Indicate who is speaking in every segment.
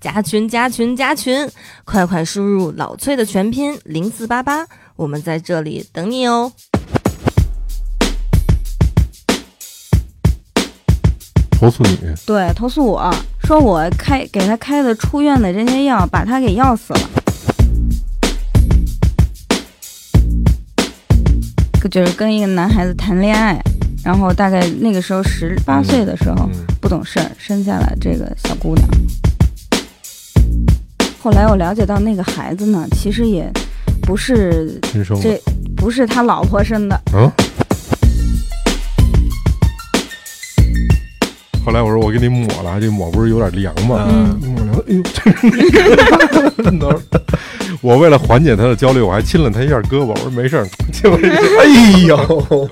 Speaker 1: 加群加群加群，快快输入老崔的全拼零四八八，我们在这里等你哦。
Speaker 2: 投诉你，
Speaker 3: 对，投诉我说我开给他开的出院的这些药，把他给药死了。就是跟一个男孩子谈恋爱，然后大概那个时候十八岁的时候、
Speaker 2: 嗯
Speaker 3: 不懂事儿，生下了这个小姑娘。后来我了解到那个孩子呢，其实也不是
Speaker 2: 亲生的
Speaker 3: 这不是他老婆生的，
Speaker 2: 啊。后来我说我给你抹了，这抹不是有点凉吗？
Speaker 4: 嗯
Speaker 2: 抹凉，哎呦， 真的。我为了缓解他的焦虑，我还亲了他一下胳膊，我说没事儿。结果一亲 哎呦，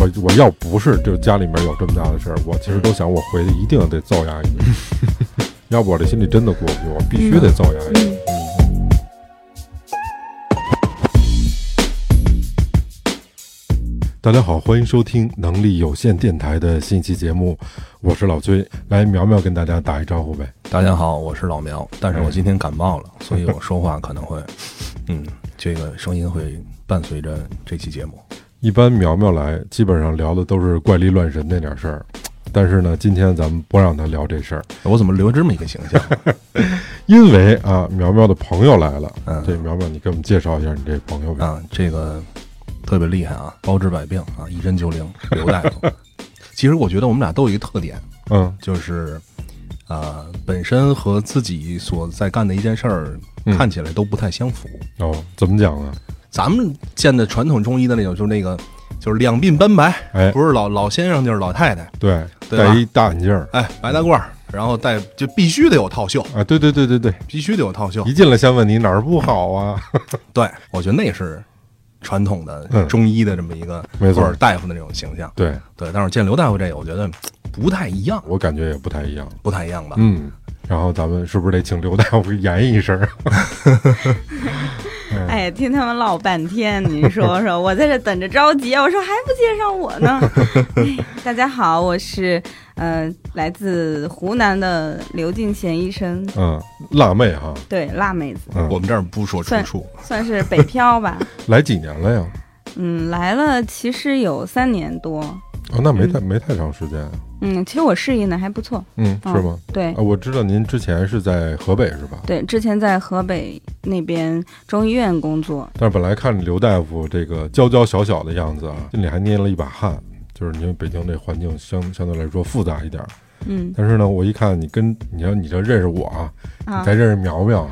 Speaker 2: 我我要不是就家里面有这么大的事儿，我其实都想我回去一定得揍丫一顿，要不我这心里真的过不去，我必须得揍丫一顿。嗯大家好，欢迎收听能力有限电台的新一期节目，我是老崔，来苗苗跟大家打一招呼呗。
Speaker 4: 大家好，我是老苗，但是我今天感冒 了，所以我说话可能会，嗯，这个声音会伴随着这期节目。
Speaker 2: 一般苗苗来，基本上聊的都是怪力乱神那点事儿，但是呢，今天咱们不让他聊这事儿，
Speaker 4: 我怎么留这么一个形象？
Speaker 2: 因为啊，苗苗的朋友来了。
Speaker 4: 嗯
Speaker 2: 对，苗苗，你给我们介绍一下你这朋友呗。
Speaker 4: 啊，这个特别厉害啊，包治百病啊，一针就灵，刘大夫。 其实我觉得我们俩都有一个特点，
Speaker 2: 嗯
Speaker 4: 就是，呃，本身和自己所在干的一件事儿
Speaker 2: 嗯
Speaker 4: 看起来都不太相符。
Speaker 2: 哦，怎么讲呢？
Speaker 4: 咱们见的传统中医的那种，就是那个，就是两鬓斑白，
Speaker 2: 哎，
Speaker 4: 不是老老先生就是老太太，
Speaker 2: 对，
Speaker 4: 对吧
Speaker 2: 戴一大眼镜儿
Speaker 4: 哎，白大褂儿，然后戴就必须得有套袖，
Speaker 2: 啊，对对对对对，
Speaker 4: 必须得有套袖
Speaker 2: 一。进来先问你哪儿不好啊？
Speaker 4: 嗯对，我觉得那是传统的
Speaker 2: 嗯
Speaker 4: 中医的这么一个、
Speaker 2: 没错
Speaker 4: 或者大夫的那种形象。
Speaker 2: 对
Speaker 4: 对，但是见刘大夫这个，我觉得不太一样，
Speaker 2: 我感觉也不太一样。
Speaker 4: 不太一样吧？
Speaker 2: 嗯，然后咱们是不是得请刘大夫演绎一声？
Speaker 3: 哎，听他们唠半天，你说说，我在这等着着急，啊我说还不介绍我呢。哎大家好，我是呃来自湖南的刘敬贤医生，
Speaker 2: 嗯，辣妹哈，
Speaker 3: 对，辣妹子，
Speaker 2: 嗯，
Speaker 4: 我们这儿不说出处，
Speaker 3: 算是北漂吧。
Speaker 2: 来几年了呀？
Speaker 3: 嗯，来了其实有三年多。
Speaker 2: 哦，那没太没太长时间，
Speaker 3: 嗯，其实我适应的还不错。
Speaker 2: 嗯，是吗？
Speaker 3: 对
Speaker 2: 啊，我知道您之前是在河北是吧？
Speaker 3: 对，之前在河北那边中医院工作，
Speaker 2: 但是本来看着刘大夫这个娇娇小小的样子啊，心里还捏了一把汗，就是因为北京这环境相相对来说复杂一点儿。
Speaker 3: 嗯
Speaker 2: 但是呢，我一看你跟你要你这认识我啊，
Speaker 3: 啊
Speaker 2: 你再认识苗苗，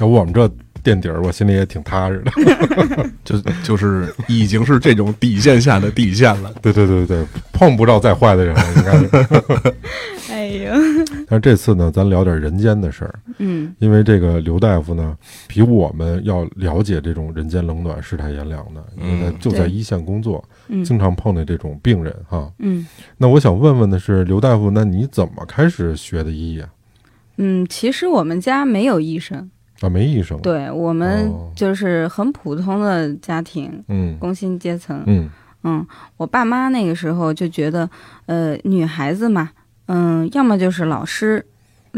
Speaker 2: 要我们这垫底儿，我心里也挺踏 实的。
Speaker 4: 就就是已经是这种底线下的底线了。
Speaker 2: 对对对对，碰不着再坏的人了，应该 是。
Speaker 3: 哎呦，
Speaker 2: 但是这次呢，咱聊点人间的事儿，
Speaker 3: 嗯
Speaker 2: 因为这个刘大夫呢，比我们要了解这种人间冷暖、世态炎凉的，因为他
Speaker 4: 嗯
Speaker 2: 就在
Speaker 3: 对
Speaker 2: 一线工作，
Speaker 3: 嗯
Speaker 2: 经常碰见这种病人哈。
Speaker 3: 嗯
Speaker 2: 那我想问问的是，刘大夫，那你怎么开始学的医呀、
Speaker 3: 嗯，其实我们家没有医生，
Speaker 2: 啊？没医生。，
Speaker 3: 对我们
Speaker 2: 哦
Speaker 3: 就是很普通的家庭，
Speaker 2: 嗯
Speaker 3: 工薪阶层。
Speaker 2: 嗯
Speaker 3: 嗯，我爸妈那个时候就觉得，呃，女孩子嘛，嗯，要么就是老师，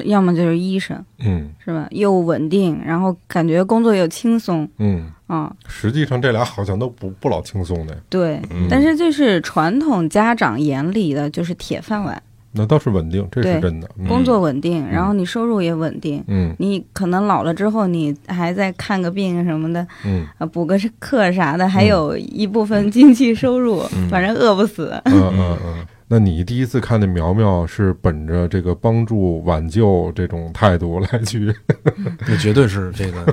Speaker 3: 要么就是医生，
Speaker 2: 嗯
Speaker 3: 是吧？又稳定，然后感觉工作又轻松
Speaker 2: 嗯，
Speaker 3: 啊、
Speaker 2: 实际上这俩好像都不不老轻松的，
Speaker 3: 对。
Speaker 4: 嗯
Speaker 3: 但是就是传统家长眼里的就是铁饭碗，
Speaker 2: 嗯那倒是稳定，这是
Speaker 3: 对
Speaker 2: 真的。嗯
Speaker 3: 工作稳定，然后你收入也稳定。
Speaker 2: 嗯
Speaker 3: 你可能老了之后，你还在看个病什么的，
Speaker 2: 嗯
Speaker 3: 呃，补个课啥的，还有一部分经济收入，反正饿不死。
Speaker 2: 嗯嗯嗯。那你第一次看见苗苗是本着这个帮助挽救这种态度来去，
Speaker 4: 这绝 对是这个，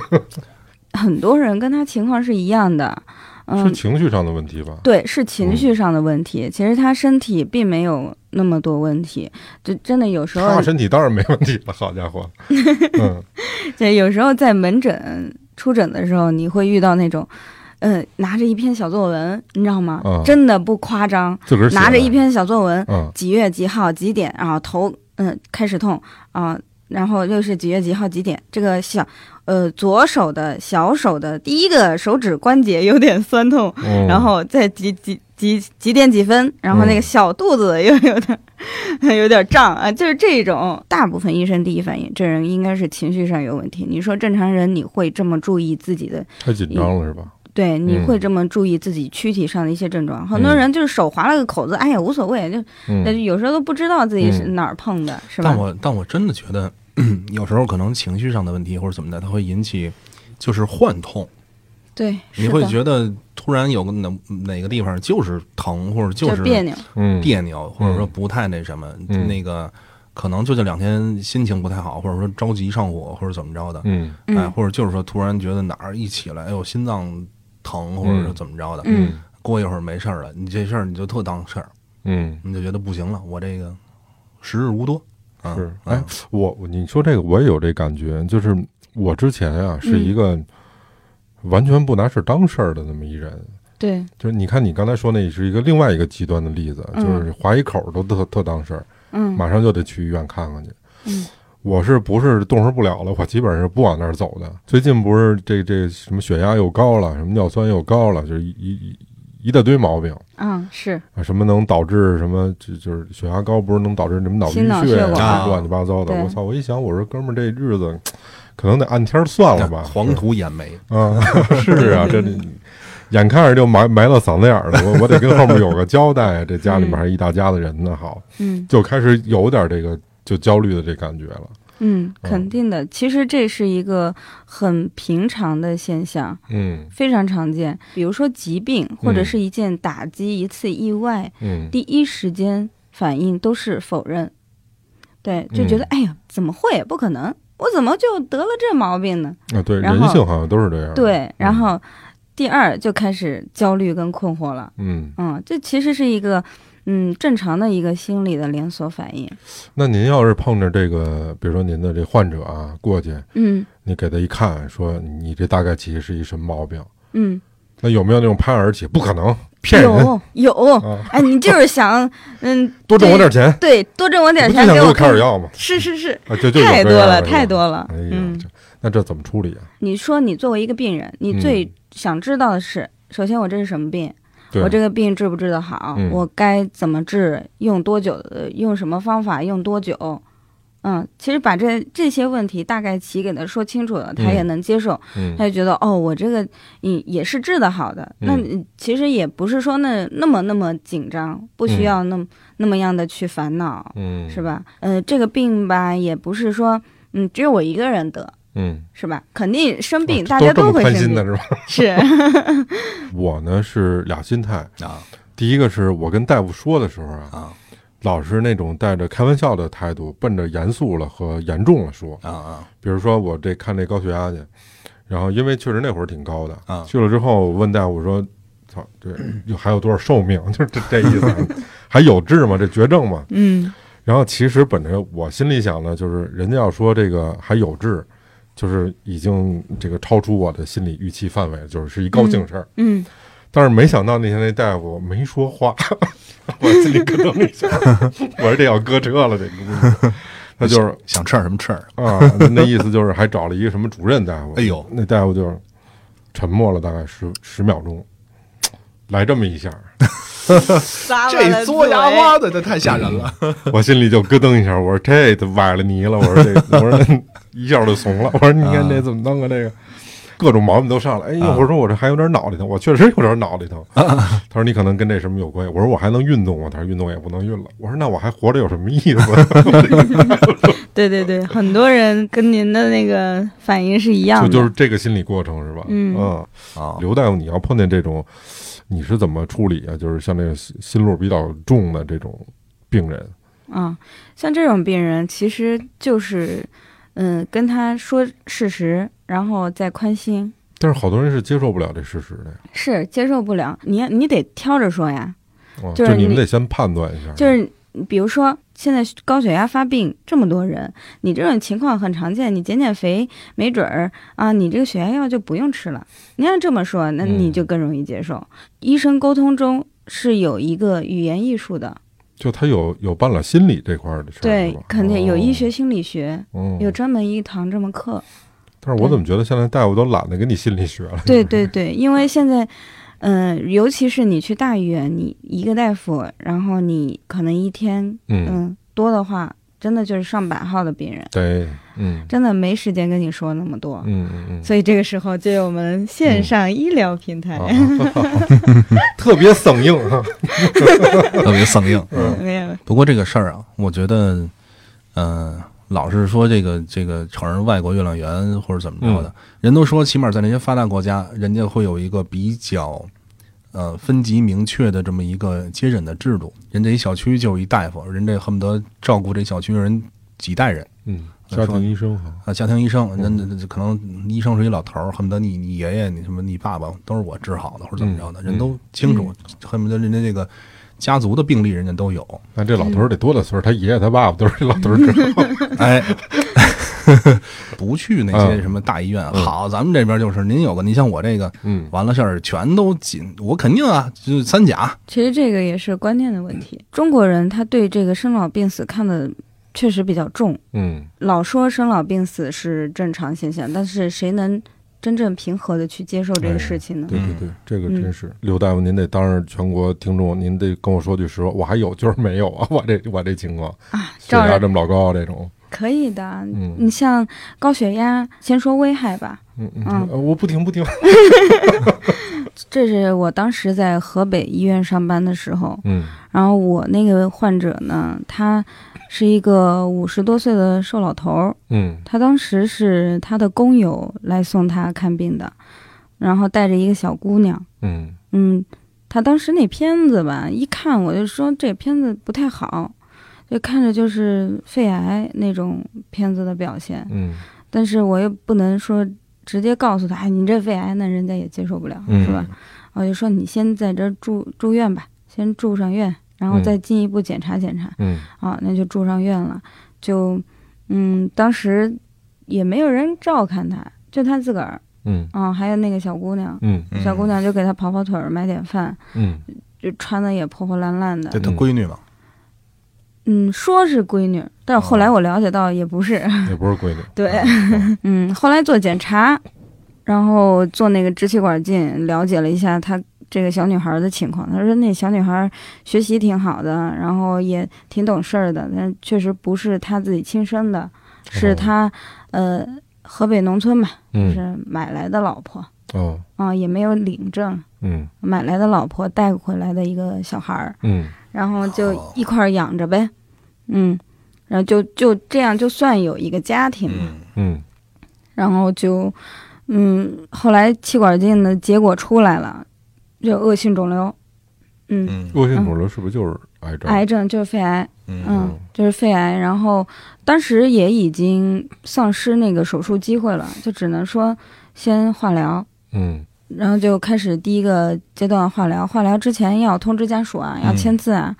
Speaker 3: 很多人跟他情况是一样的，
Speaker 2: 是
Speaker 3: 嗯，
Speaker 2: 情嗯绪上的问题吧？
Speaker 3: 对，是情绪上的问题。其实他身体并没有那么多问题，就真的有时
Speaker 2: 他
Speaker 3: 候，
Speaker 2: 身体当然没问题了，好家 伙，嗯
Speaker 3: 对，有时候在门诊出诊的时候，你会遇到那种，呃，拿着一篇小作文，你知道吗？
Speaker 2: 嗯
Speaker 3: 真的不夸张，
Speaker 2: 自个儿写的
Speaker 3: 拿着一篇小作文，
Speaker 2: 嗯
Speaker 3: 几月几号几点啊，头嗯、开始痛啊、然后又是几月几号几点，这个小呃左手的小手的第一个手指关节有点酸痛，
Speaker 2: 嗯
Speaker 3: 然后再几几几几点几分，然后那个
Speaker 2: 嗯
Speaker 3: 小肚子又有点、 有点胀啊，就是这种。大部分医生第一反应，这人应该是情绪上有问题。你说正常人你会这么注意自己的？
Speaker 2: 太紧张了是吧？
Speaker 3: 对，你
Speaker 2: 嗯
Speaker 3: 会这么注意自己躯体上的一些症状。很多
Speaker 2: 嗯
Speaker 3: 人就是手划了个口子，哎呀无所谓，就、但
Speaker 2: 嗯，
Speaker 3: 有时候都不知道自己是
Speaker 2: 嗯
Speaker 3: 哪儿碰的， 是吧
Speaker 4: 但？我但我真的觉得， 有时候可能情绪上的问题或者怎么的，它会引起就是幻痛，
Speaker 3: 对，
Speaker 4: 你
Speaker 3: 是
Speaker 4: 会
Speaker 3: 的
Speaker 4: 觉得突然有个哪哪个地方就是疼，或者就
Speaker 3: 就是别扭，
Speaker 2: 嗯，
Speaker 4: 别扭，或者说
Speaker 2: 嗯
Speaker 4: 不太那什么，
Speaker 2: 嗯
Speaker 4: 那个可能就这两天心情不太好，或者说着急上火，或者怎么着的，
Speaker 2: 嗯
Speaker 4: 哎，
Speaker 3: 嗯
Speaker 4: 或者就是说突然觉得哪儿一起来，哎呦心脏疼，或者是怎么着的，
Speaker 3: 嗯
Speaker 4: 过一会儿没事儿了，你这事儿你就特当事儿，
Speaker 2: 嗯，
Speaker 4: 你就觉得不行了，我这个时日无多。啊
Speaker 2: 是，
Speaker 4: 啊
Speaker 2: 哎，我你说这个我也有这感觉，就是我之前啊是一个完全不拿事儿当事儿的那么一人，
Speaker 3: 对，
Speaker 2: 就是你看你刚才说那是一个另外一个极端的例子，
Speaker 3: 嗯
Speaker 2: 就是划一口都特特当事儿，
Speaker 3: 嗯
Speaker 2: 马上就得去医院看看去。
Speaker 3: 嗯
Speaker 2: 我是不是动弹不了了？我基本上是不往那儿走的。最近不是这这什么血压又高了，什么尿酸又高了，就是一一一大堆毛病
Speaker 3: 嗯是，
Speaker 2: 啊，什么能导致什么就就是血压高，不是能导致什么脑
Speaker 3: 心
Speaker 2: 淤
Speaker 3: 脑
Speaker 2: 血
Speaker 3: 血管
Speaker 2: 啊
Speaker 4: 啊
Speaker 2: 乱七八糟的。
Speaker 3: 对
Speaker 2: 我操！我一想，我说哥们儿，这日子可能得按天儿算了吧，
Speaker 4: 黄土掩梅，
Speaker 2: 啊，是啊，这里眼看着就埋埋到嗓子眼儿了，我我得跟后面有个交代。啊这家里面还一大家子人呢，好，
Speaker 3: 嗯
Speaker 2: 就开始有点这个就焦虑的这感觉了。
Speaker 3: 嗯，
Speaker 2: 嗯
Speaker 3: 肯定的。其实这是一个很平常的现象，
Speaker 2: 嗯
Speaker 3: 非常常见。比如说疾病或者
Speaker 2: 嗯
Speaker 3: 是一件打击、一次意外，
Speaker 2: 嗯
Speaker 3: 第一时间反应都是否认，对，就觉得、
Speaker 2: 嗯
Speaker 3: 哎呀，怎么会？不可能，我怎么就得了这毛病呢？
Speaker 2: 啊，对，
Speaker 3: 然
Speaker 2: 人
Speaker 3: 后
Speaker 2: 性好像都是这样。，
Speaker 3: 对，然后第二就开始焦虑跟困惑了。
Speaker 2: 嗯，
Speaker 3: 嗯，这其实是一个嗯正常的一个心理的连锁反应。
Speaker 2: 那您要是碰着这个，比如说您的这患者啊，过去
Speaker 3: 嗯
Speaker 2: 你给他一看，说你这大概其实是一什么毛病？
Speaker 3: 嗯，
Speaker 2: 那有没有那种拍案而起？不可能，骗人
Speaker 3: 有有，
Speaker 2: 啊！
Speaker 3: 哎，你就是想嗯
Speaker 2: 多挣我点钱，
Speaker 3: 对多挣我点
Speaker 2: 你不
Speaker 3: 钱
Speaker 2: 就想
Speaker 3: 给
Speaker 2: 给
Speaker 3: 我
Speaker 2: 我开点
Speaker 3: 看
Speaker 2: 药吗？
Speaker 3: 是是是，
Speaker 2: 啊，就就有
Speaker 3: 太
Speaker 2: 这
Speaker 3: 多
Speaker 2: 样
Speaker 3: 了
Speaker 2: 了
Speaker 3: 太。多了。
Speaker 2: 哎呀
Speaker 3: 嗯，，
Speaker 2: 这那这怎么处理啊？
Speaker 3: 你说你作为一个病人，你最想知道的是，首先我这是什么病，
Speaker 2: 嗯对，
Speaker 3: 我这个病治不治得好，
Speaker 2: 嗯
Speaker 3: 我该怎么治，用多久，呃用什么方法，用多久。嗯，其实把这这些问题大概齐给他说清楚了，他也
Speaker 2: 嗯
Speaker 3: 能接受。
Speaker 2: 嗯
Speaker 3: 他就觉得哦，我这个嗯也是治得好的，那
Speaker 2: 嗯
Speaker 3: 你其实也不是说那那么那么紧张，不需要那么、那么样的去烦恼，
Speaker 2: 嗯，
Speaker 3: 是？吧？呃，这个病吧，也不是说嗯只有我一个人得，
Speaker 2: 嗯，
Speaker 3: 是吧？肯定生病，
Speaker 2: 哇
Speaker 3: 大
Speaker 2: 都
Speaker 3: 家
Speaker 2: 这么
Speaker 3: 会
Speaker 2: 宽
Speaker 3: 生
Speaker 2: 心的
Speaker 3: 病，
Speaker 2: 是吧？
Speaker 3: 是，
Speaker 2: 我呢是俩心态，
Speaker 4: 啊
Speaker 2: 第一个是我跟大夫说的时候啊，
Speaker 4: 啊
Speaker 2: 老是那种带着开玩笑的态度，奔着严肃了和严重了说。
Speaker 4: 啊啊！
Speaker 2: 比如说我这看这高血压去，然后因为确实那会儿挺高的，
Speaker 4: 啊
Speaker 2: 去了之后我问大夫说：“操，这有还有多少寿命？” 就是这这意思，还有治吗？这绝症吗？
Speaker 3: 嗯
Speaker 2: 然后其实本着我心里想的，就是人家要说这个还有治，就是已经这个超出我的心理预期范围了，就是是一高兴事儿。
Speaker 3: 嗯，
Speaker 2: 但是没想到那天那大夫没说话， 我心里咯噔一下， 我说这要搁车了，这姑娘，他就是
Speaker 4: 想吃点什么吃点什
Speaker 2: 啊，那意思就是还找了一个什么主任大夫。
Speaker 4: 哎呦
Speaker 2: 那大夫就是沉默了大概十十秒钟，来这么一下，
Speaker 3: 撒
Speaker 4: 么，
Speaker 3: 了的嘴
Speaker 4: 的，这太吓人了。
Speaker 2: 我心里就咯噔一下，我说这都崴了泥了，我说这，我说一下就怂了，我说你看这怎么弄啊这个。各种毛病都上来，哎，
Speaker 4: 啊
Speaker 2: 一会儿说我这还有点脑袋疼，我确实有点脑袋疼。他说你可能跟这什么有关系，我说我还能运动吗？他说运动也不能运了。我说那我还活着有什么意思？
Speaker 3: 对对对，很多人跟您的那个反应是一样
Speaker 2: 就
Speaker 3: 的，
Speaker 2: 就是这个心理过程是吧？
Speaker 3: 嗯
Speaker 4: 啊，
Speaker 2: 刘大夫，你要碰见这种，你是怎么处理啊？就是像这个心心路比较重的这种病人，
Speaker 3: 啊、像这种病人，其实就是，嗯、跟他说事实，然后再宽心，
Speaker 2: 但是好多人是接受不了这事实的呀，
Speaker 3: 是接受不了。你你得挑着说呀，
Speaker 2: 啊
Speaker 3: 就是
Speaker 2: 你们
Speaker 3: 你
Speaker 2: 得先判断一下，
Speaker 3: 就是比如说现在高血压发病这么多人，你这种情况很常见，你减减肥，没准儿啊，你这个血压药就不用吃了。你要这么说，那
Speaker 2: 嗯
Speaker 3: 你就更容易接受。医生沟通中是有一个语言艺术的，
Speaker 2: 就他有有半拉心理这块儿的事儿，是
Speaker 3: 对
Speaker 2: 吧，
Speaker 3: 肯定有医学心理学，
Speaker 2: 哦
Speaker 3: 有
Speaker 2: 嗯，
Speaker 3: 专门一堂这么课。
Speaker 2: 但是我怎么觉得现在大夫都懒得给你心理学了？
Speaker 3: 对对对，因为现在，嗯、尤其是你去大医院，你一个大夫，然后你可能一天，
Speaker 2: 嗯，
Speaker 3: 嗯，多的话，真的就是上百号的病人，
Speaker 2: 对，嗯
Speaker 3: 真的没时间跟你说那么多。
Speaker 2: 嗯嗯嗯，
Speaker 3: 所以这个时候就有我们线上医疗平台，
Speaker 2: 啊特别生硬 啊，
Speaker 4: 特别生硬。
Speaker 2: 嗯
Speaker 3: 没有，
Speaker 4: 不过这个事儿啊，我觉得，嗯、老是说这个这个承认外国月亮圆或者怎么着
Speaker 2: 嗯
Speaker 4: 的，人都说起码在那些发达国家，人家会有一个比较。呃，分级明确的这么一个接诊的制度，人这一小区就有一大夫，人这恨不得照顾这小区人几代人
Speaker 2: 嗯，家庭医生哈，
Speaker 4: 啊。家庭医生，人人
Speaker 2: 嗯
Speaker 4: 可能医生是一老头儿，恨不得你你爷爷、你什么你爸爸都是我治好的，或者怎么着的，
Speaker 2: 嗯
Speaker 4: 人都清楚，恨不得人家这个家族的病例人家都有。
Speaker 2: 那这老头
Speaker 3: 嗯
Speaker 2: 儿得多大岁数？他爷爷他爸爸都是这老头儿治，
Speaker 4: 哎，不去那些什么大医院。好，咱们这边就是您有个，您像我这个
Speaker 2: 嗯
Speaker 4: 完了事儿全都紧，我肯定啊，就是三甲。
Speaker 3: 其实这个也是观念的问
Speaker 2: 嗯
Speaker 3: 题。中国人他对这个生老病死看的确实比较重，
Speaker 2: 嗯
Speaker 3: 老说生老病死是正常现象，但是谁能真正平和的去接受这个事情呢？
Speaker 2: 对对对，这个
Speaker 3: 嗯
Speaker 2: 真是刘大夫，您得当着全国听众，您得跟我说句实话，我还有就是没有啊，我 这我这情况，血
Speaker 3: 照
Speaker 2: 压
Speaker 3: 着
Speaker 2: 这么老高啊这种，
Speaker 3: 可以的，
Speaker 2: 嗯
Speaker 3: 你像高血压，先说危害吧，
Speaker 2: 嗯
Speaker 3: 嗯
Speaker 2: 嗯，呃我不听不听，
Speaker 3: 这是我当时在河北医院上班的时候，
Speaker 2: 嗯
Speaker 3: 然后我那个患者呢，他是一个五十多岁的瘦老头儿，
Speaker 2: 嗯
Speaker 3: 他当时是他的工友来送他看病的，然后带着一个小姑娘，
Speaker 2: 嗯
Speaker 3: 嗯，他当时那片子吧，一看我就说这片子不太好，就看着就是肺癌那种片子的表现，
Speaker 2: 嗯
Speaker 3: 但是我又不能说直接告诉他，哎，你这肺癌，那人家也接受不了，
Speaker 2: 嗯，
Speaker 3: 是吧？？我就说你先在这儿住住院吧，先住上院，然后
Speaker 2: 嗯
Speaker 3: 再进一步检查检查。
Speaker 2: 嗯
Speaker 3: 啊，那就住上院了。就，嗯，当时也没有人照看他，就他自个儿
Speaker 2: 嗯
Speaker 3: 啊，还有那个小姑娘，
Speaker 2: 嗯
Speaker 3: 小姑娘就给他跑跑腿儿，买点饭，
Speaker 2: 嗯
Speaker 3: 就穿的也破破烂烂
Speaker 4: 这
Speaker 3: 的。
Speaker 4: 她闺女嘛，
Speaker 3: 嗯，说是闺女，但是后来我了解到也不是。
Speaker 2: 也不是闺女，
Speaker 3: 对，
Speaker 2: 嗯
Speaker 3: 嗯，后来做检查，然后做那个支气管镜，了解了一下她这个小女孩的情况。他说那小女孩学习挺好的，然后也挺懂事儿的，但确实不是她自己亲生的，是她呃河北农村嘛，就
Speaker 2: 嗯
Speaker 3: 是买来的老婆
Speaker 2: 哦
Speaker 3: 啊、也没有领证，
Speaker 2: 嗯
Speaker 3: 买来的老婆带回来的一个小孩儿，
Speaker 2: 嗯
Speaker 3: 然后就一块儿养着呗，嗯，然后就就这样就算有一个家庭嘛。
Speaker 4: 嗯，
Speaker 2: 嗯
Speaker 3: 然后就，嗯，后来气管镜的结果出来了，就恶性肿瘤，嗯，
Speaker 4: 嗯
Speaker 2: 恶性肿瘤是不是就是癌症？
Speaker 3: 癌症就是肺癌，
Speaker 4: 嗯
Speaker 3: 嗯，就是肺癌。然后当时也已经丧失那个手术机会了，就只能说先化疗，
Speaker 2: 嗯
Speaker 3: 然后就开始第一个阶段化疗。化疗之前要通知家属啊，要
Speaker 4: 嗯
Speaker 3: 签字啊，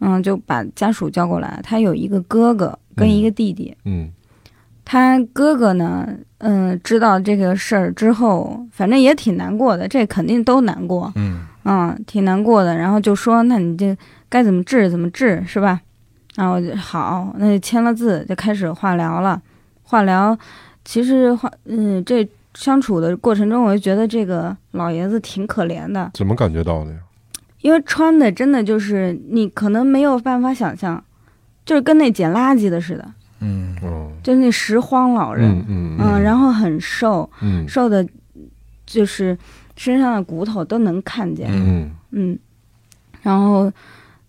Speaker 3: 嗯，就把家属叫过来。他有一个哥哥跟一个弟弟，
Speaker 2: 嗯
Speaker 3: 他哥哥呢，嗯、知道这个事儿之后，反正也挺难过的，这肯定都难过，
Speaker 4: 嗯
Speaker 3: 嗯，挺难过的。然后就说，那你这该怎么治怎么治，是吧？然后我就好，那就签了字，就开始化疗了。化疗，其实化，嗯，这相处的过程中，我就觉得这个老爷子挺可怜的，
Speaker 2: 怎么感觉到的呀？
Speaker 3: 因为穿的真的就是你可能没有办法想象，就是跟那捡垃圾的似的，
Speaker 4: 嗯
Speaker 2: 嗯
Speaker 3: 就是那拾荒老人。
Speaker 2: 嗯嗯
Speaker 3: 嗯，然后很瘦，
Speaker 2: 嗯
Speaker 3: 瘦的，就是身上的骨头都能看见，
Speaker 4: 嗯
Speaker 2: 嗯
Speaker 3: 嗯，然后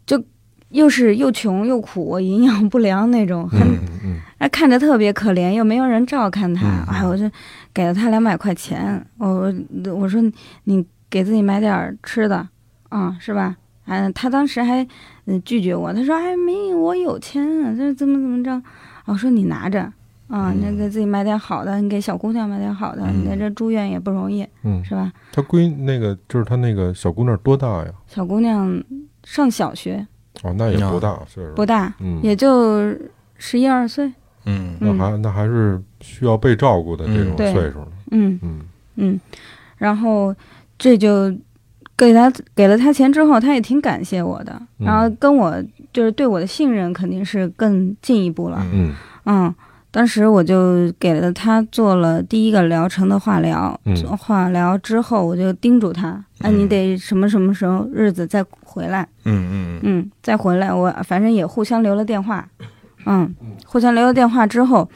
Speaker 3: 就又是又穷又苦，营养不良那种，很
Speaker 2: 嗯嗯
Speaker 3: 哎、看着特别可怜，又没有人照看他，
Speaker 4: 嗯
Speaker 3: 哎，我就给了他两百块钱，我我我说你给自己买点儿吃的，啊、是吧？哎，他当时还嗯拒绝我，他说哎没有我有钱，这怎么怎么着？啊我说你拿着啊，
Speaker 4: 嗯
Speaker 3: 那给自己买点好的，你给小姑娘买点好的，
Speaker 4: 嗯
Speaker 3: 你在这住院也不容易，
Speaker 2: 嗯，
Speaker 3: 是吧？
Speaker 2: 他闺那个就是他那个小姑娘多大呀？
Speaker 3: 小姑娘上小学
Speaker 2: 哦，那也不大岁数，
Speaker 3: 不大，
Speaker 2: 嗯，
Speaker 3: 也就十一二岁，
Speaker 4: 嗯
Speaker 2: 那还那还是需要被照顾的这种岁数呢。
Speaker 3: 嗯
Speaker 2: 嗯
Speaker 3: 嗯，然后这就给他给了他钱之后，他也挺感谢我的，
Speaker 2: 嗯
Speaker 3: 然后跟我就是对我的信任肯定是更进一步了。
Speaker 4: 嗯
Speaker 2: 嗯
Speaker 3: 嗯，当时我就给了他做了第一个疗程的化疗，
Speaker 2: 嗯
Speaker 3: 做化疗之后我就叮嘱他，哎，你得什么什么时候日子再回来，
Speaker 4: 嗯嗯嗯
Speaker 3: 嗯，再回来，我反正也互相留了电话，嗯，互相留了电话之后，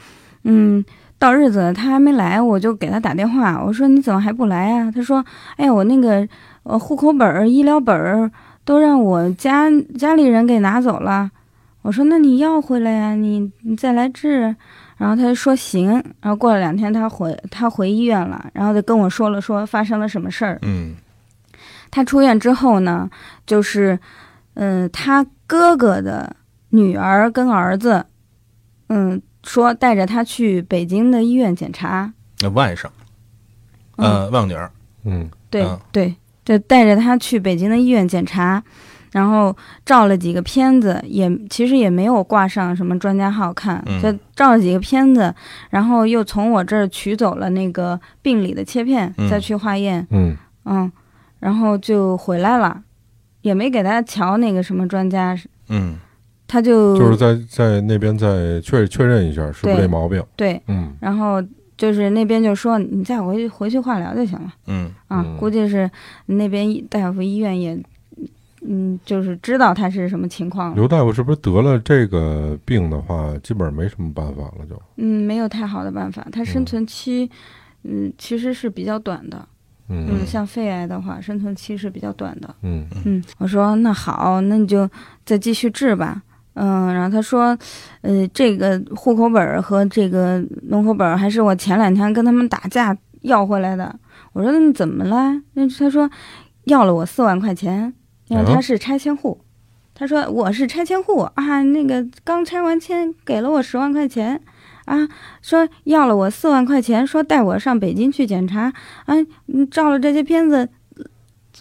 Speaker 3: 嗯，到日子他还没来，我就给他打电话，我说你怎么还不来啊？他说，哎，我那个呃户口本儿、医疗本儿都让我家家里人给拿走了。我说那你要回来呀、你你再来治。然后他就说行，然后过了两天他回他回医院了，然后就跟我说了说发生了什么事儿。
Speaker 4: 嗯
Speaker 3: 他出院之后呢，就是，嗯、他哥哥的女儿跟儿子，嗯，说带着他去北京的医院检查。
Speaker 4: 那外甥，
Speaker 3: 嗯，
Speaker 4: 呃，外甥女儿，
Speaker 2: 嗯
Speaker 3: 对、
Speaker 4: 嗯
Speaker 3: 对，就带着他去北京的医院检查，然后照了几个片子，也其实也没有挂上什么专家号看，
Speaker 4: 嗯
Speaker 3: 就照了几个片子，然后又从我这儿取走了那个病理的切片，
Speaker 4: 嗯
Speaker 3: 再去化验。
Speaker 2: 嗯
Speaker 3: 嗯，然后就回来了，也没给他瞧那个什么专家，
Speaker 4: 嗯
Speaker 3: 他就
Speaker 2: 就是在在那边再确确认一下是不是
Speaker 3: 对
Speaker 2: 这毛病，
Speaker 3: 对，
Speaker 2: 嗯
Speaker 3: 然后就是那边就说你再回去回去化疗就行了
Speaker 4: 嗯
Speaker 3: 啊，
Speaker 2: 嗯
Speaker 3: 估计是那边医大夫医院也，嗯，就是知道他是什么情况了，
Speaker 2: 刘大夫是不是得了这个病的话，基本上没什么办法了就？
Speaker 3: 嗯，没有太好的办法，他生
Speaker 2: 嗯
Speaker 3: 存期，嗯，其实是比较短的，嗯，
Speaker 2: 嗯
Speaker 3: 像肺癌的话，生存期是比较短的，
Speaker 2: 嗯
Speaker 3: 嗯，我说那好，那你就再继续治吧。嗯，然后他说，呃，这个户口本儿和这个农口本儿还是我前两天跟他们打架要回来的。我说那你怎么了？那他说要了我四万块钱，因为
Speaker 2: 啊
Speaker 3: 他是拆迁户。他说我是拆迁户啊，那个刚拆完迁给了我十万块钱，啊，说要了我四万块钱，说带我上北京去检查，啊，你照了这些片子，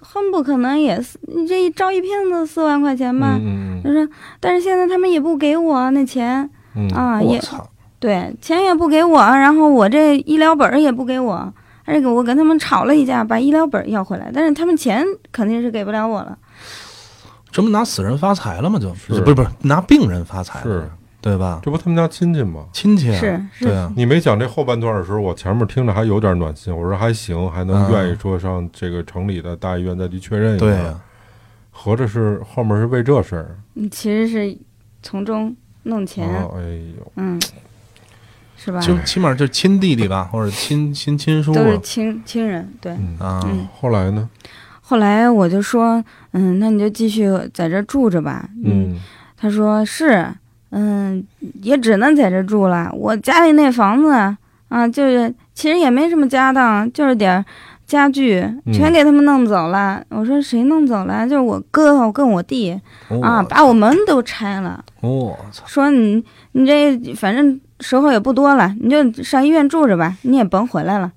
Speaker 3: 很不可能也四，你这一照一片子四万块钱吧？
Speaker 2: 嗯
Speaker 3: 他说，但是现在他们也不给我那钱
Speaker 2: 嗯嗯
Speaker 3: 啊，
Speaker 4: 我
Speaker 3: 也
Speaker 4: 操，
Speaker 3: 对，钱也不给我，然后我这医疗本儿也不给我，而且我跟他们吵了一架，把医疗本儿要回来，但是他们钱肯定是给不了我了。
Speaker 4: 这不拿死人发财了吗？就是不是不是拿病人发财了，
Speaker 2: 是，
Speaker 4: 对吧？
Speaker 2: 这不他们家亲戚吗？
Speaker 4: 亲戚啊，
Speaker 3: 是是
Speaker 4: 对啊，
Speaker 2: 你没讲这后半段的时候，我前面听着还有点暖心，我说还行，还能
Speaker 4: 嗯
Speaker 2: 愿意说上这个城里的大医院再去确认一下。
Speaker 4: 对呀，
Speaker 2: 合着是后面是为这事儿。
Speaker 3: 嗯，其实是从中弄钱，
Speaker 2: 啊哎呦，
Speaker 3: 嗯，是吧？
Speaker 4: 就起码就亲弟弟吧，或者亲亲亲叔
Speaker 3: 都是
Speaker 4: 啊
Speaker 3: 亲亲人，对。
Speaker 2: 嗯，
Speaker 4: 啊，
Speaker 3: 嗯
Speaker 2: 后来呢？
Speaker 3: 后来我就说，嗯，那你就继续在这儿住着吧。，
Speaker 2: 嗯
Speaker 3: 嗯他说是，嗯，也只能在这儿住了。我家里那房子啊，就是其实也没什么家当，就是点儿家具
Speaker 2: 嗯
Speaker 3: 全给他们弄走了。我说谁弄走了？就是我哥我跟我弟啊，
Speaker 4: 哦
Speaker 3: 把我门都拆了，
Speaker 4: 我操，
Speaker 3: 说你你这反正时候也不多了，你就上医院住着吧，你也甭回来了，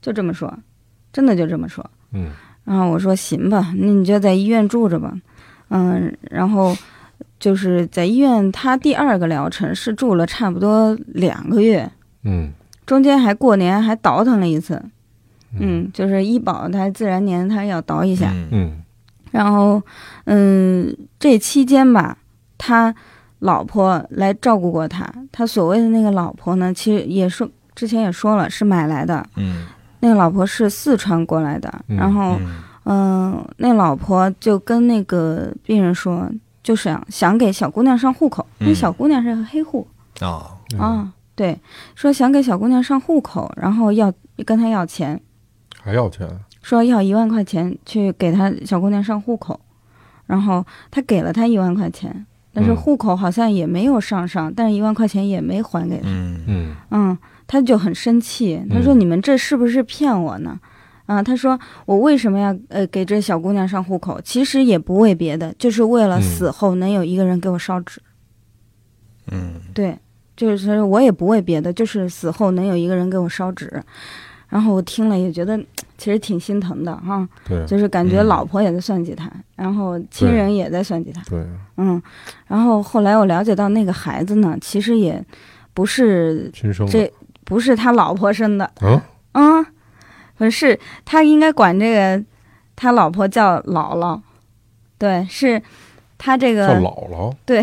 Speaker 3: 就这么说，真的就这么说。
Speaker 2: 嗯
Speaker 3: 然后我说行吧，那你就在医院住着吧，嗯，然后就是在医院，他第二个疗程是住了差不多两个月，
Speaker 2: 嗯
Speaker 3: 中间还过年还倒腾了一次，嗯，就是医保它自然年它要倒一下，
Speaker 4: 嗯
Speaker 2: 嗯
Speaker 3: 然后嗯，这期间吧，他老婆来照顾过他，他所谓的那个老婆呢，其实也说之前也说了是买来的，
Speaker 4: 嗯
Speaker 3: 那个老婆是四川过来的，
Speaker 2: 嗯
Speaker 3: 然后。
Speaker 4: 嗯
Speaker 3: 嗯，那老婆就跟那个病人说，就想想给小姑娘上户口，
Speaker 4: 嗯
Speaker 3: 那小姑娘是个黑户、
Speaker 4: 啊，
Speaker 2: 嗯
Speaker 3: 啊，对，说想给小姑娘上户口，然后要跟她要钱，
Speaker 2: 还要钱？
Speaker 3: 说要一万块钱去给她小姑娘上户口，然后他给了她一万块钱，但是
Speaker 2: 嗯
Speaker 3: 户口好像也没有上上，但是一万块钱也没还给她，
Speaker 4: 嗯
Speaker 2: 嗯
Speaker 3: 嗯，他就很生气，他说
Speaker 2: 嗯
Speaker 3: 你们这是不是骗我呢？啊，他说我为什么要呃给这小姑娘上户口？其实也不为别的，就是为了
Speaker 2: 嗯
Speaker 3: 死后能有一个人给我烧纸。
Speaker 4: 嗯
Speaker 3: 对，就是我也不为别的，就是死后能有一个人给我烧纸。然后我听了也觉得其实挺心疼的哈、
Speaker 2: 对
Speaker 3: 就是感觉
Speaker 4: 嗯
Speaker 3: 老婆也在算计他，然后亲
Speaker 2: 对
Speaker 3: 人也在算计他。
Speaker 2: 对，
Speaker 3: 嗯，然后后来我了解到那个孩子呢，其实也不是
Speaker 2: 亲生的
Speaker 3: 这不是他老婆生的。
Speaker 2: 啊，
Speaker 3: 嗯，可是他应该管这个他老婆叫姥姥，对，是他这
Speaker 2: 叫
Speaker 3: 个
Speaker 2: 姥姥，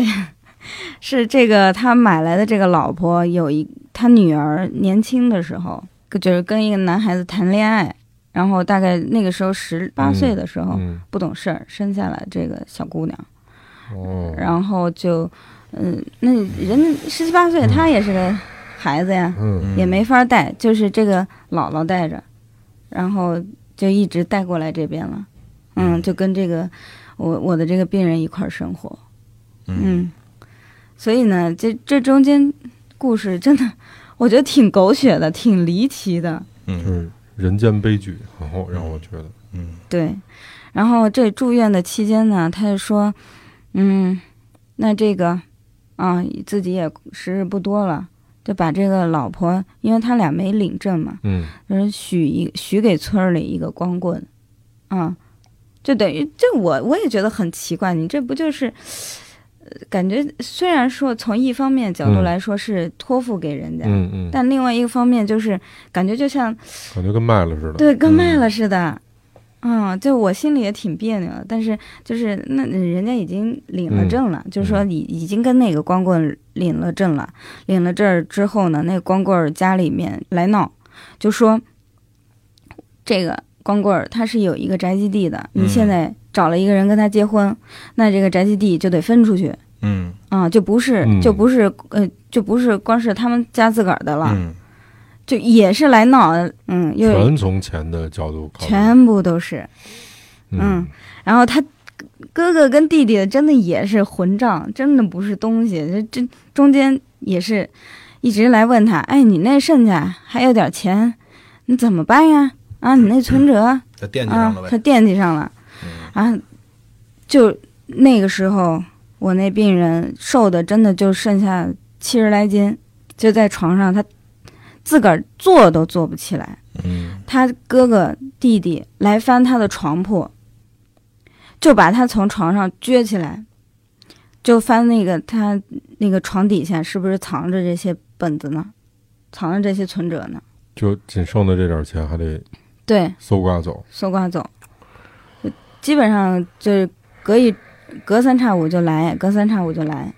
Speaker 3: 是这个他买来的这个老婆有一他女儿年轻的时候，就是跟一个男孩子谈恋爱，然后大概那个时候十八
Speaker 2: 嗯
Speaker 3: 岁的时候、
Speaker 2: 嗯，
Speaker 3: 不懂事儿，生下来这个小姑娘，
Speaker 2: 哦，
Speaker 3: 然后就嗯，那人十七八岁，他也是个孩子呀，
Speaker 2: 嗯，
Speaker 4: 嗯
Speaker 3: 也没法带，就是这个姥姥带着，然后就一直带过来这边了。嗯，
Speaker 4: 嗯
Speaker 3: 就跟这个我我的这个病人一块儿生活。嗯，所以呢，这这中间故事真的，我觉得挺狗血的，挺离奇的。
Speaker 2: 就
Speaker 4: 嗯
Speaker 2: 是人间悲剧，然后让我觉得，
Speaker 4: 嗯
Speaker 3: 对，然后这住院的期间呢，他就说，嗯，那这个啊，自己也时日不多了，就把这个老婆，因为他俩没领证嘛，
Speaker 2: 嗯，
Speaker 3: 就是许一许给村儿里一个光棍，啊、就等于这我我也觉得很奇怪，你这不就是，呃感觉虽然说从一方面角度
Speaker 2: 嗯
Speaker 3: 来说是托付给人家，
Speaker 2: 嗯嗯，
Speaker 3: 但另外一个方面就是感觉就像
Speaker 2: 感觉跟卖了似的，
Speaker 3: 对跟卖了似的，嗯，就我心里也挺别扭的，但是就是那人家已经领了证了，就是说已已经跟那个光棍领了证了，领了证儿之后呢，那个光棍儿家里面来闹，就说这个光棍儿他是有一个宅基地的，你
Speaker 4: 嗯
Speaker 3: 现在找了一个人跟他结婚，那这个宅基地就得分出去。
Speaker 4: 嗯
Speaker 3: 啊、就不是，
Speaker 2: 嗯
Speaker 3: 就不是，呃，就不是光是他们家自个儿的了，
Speaker 4: 嗯
Speaker 3: 就也是来闹，嗯，又
Speaker 2: 全从钱的角度考虑，
Speaker 3: 全部都是。嗯然后他哥哥跟弟弟真的也是混账，真的不是东西。这这中间也是一直来问他，哎，你那剩下还有点钱，你怎么办呀？啊，你那存折、
Speaker 4: 在惦记嗯上
Speaker 3: 啊
Speaker 4: 了，
Speaker 3: 他
Speaker 4: 呗。
Speaker 3: 惦记上了
Speaker 4: 嗯
Speaker 3: 啊。就那个时候，我那病人瘦的真的就剩下七十来斤，就在床上，他自个儿坐都坐不起来。
Speaker 4: 嗯
Speaker 3: 他哥哥弟弟来翻他的床铺，就把他从床上撅起来，就翻那个他那个床底下是不是藏着这些本子呢？藏着这些存折呢？
Speaker 2: 就仅剩的这点钱还得
Speaker 3: 对，
Speaker 2: 搜刮走，
Speaker 3: 搜刮走，基本上就是隔一隔三差五就来，隔三差五就来，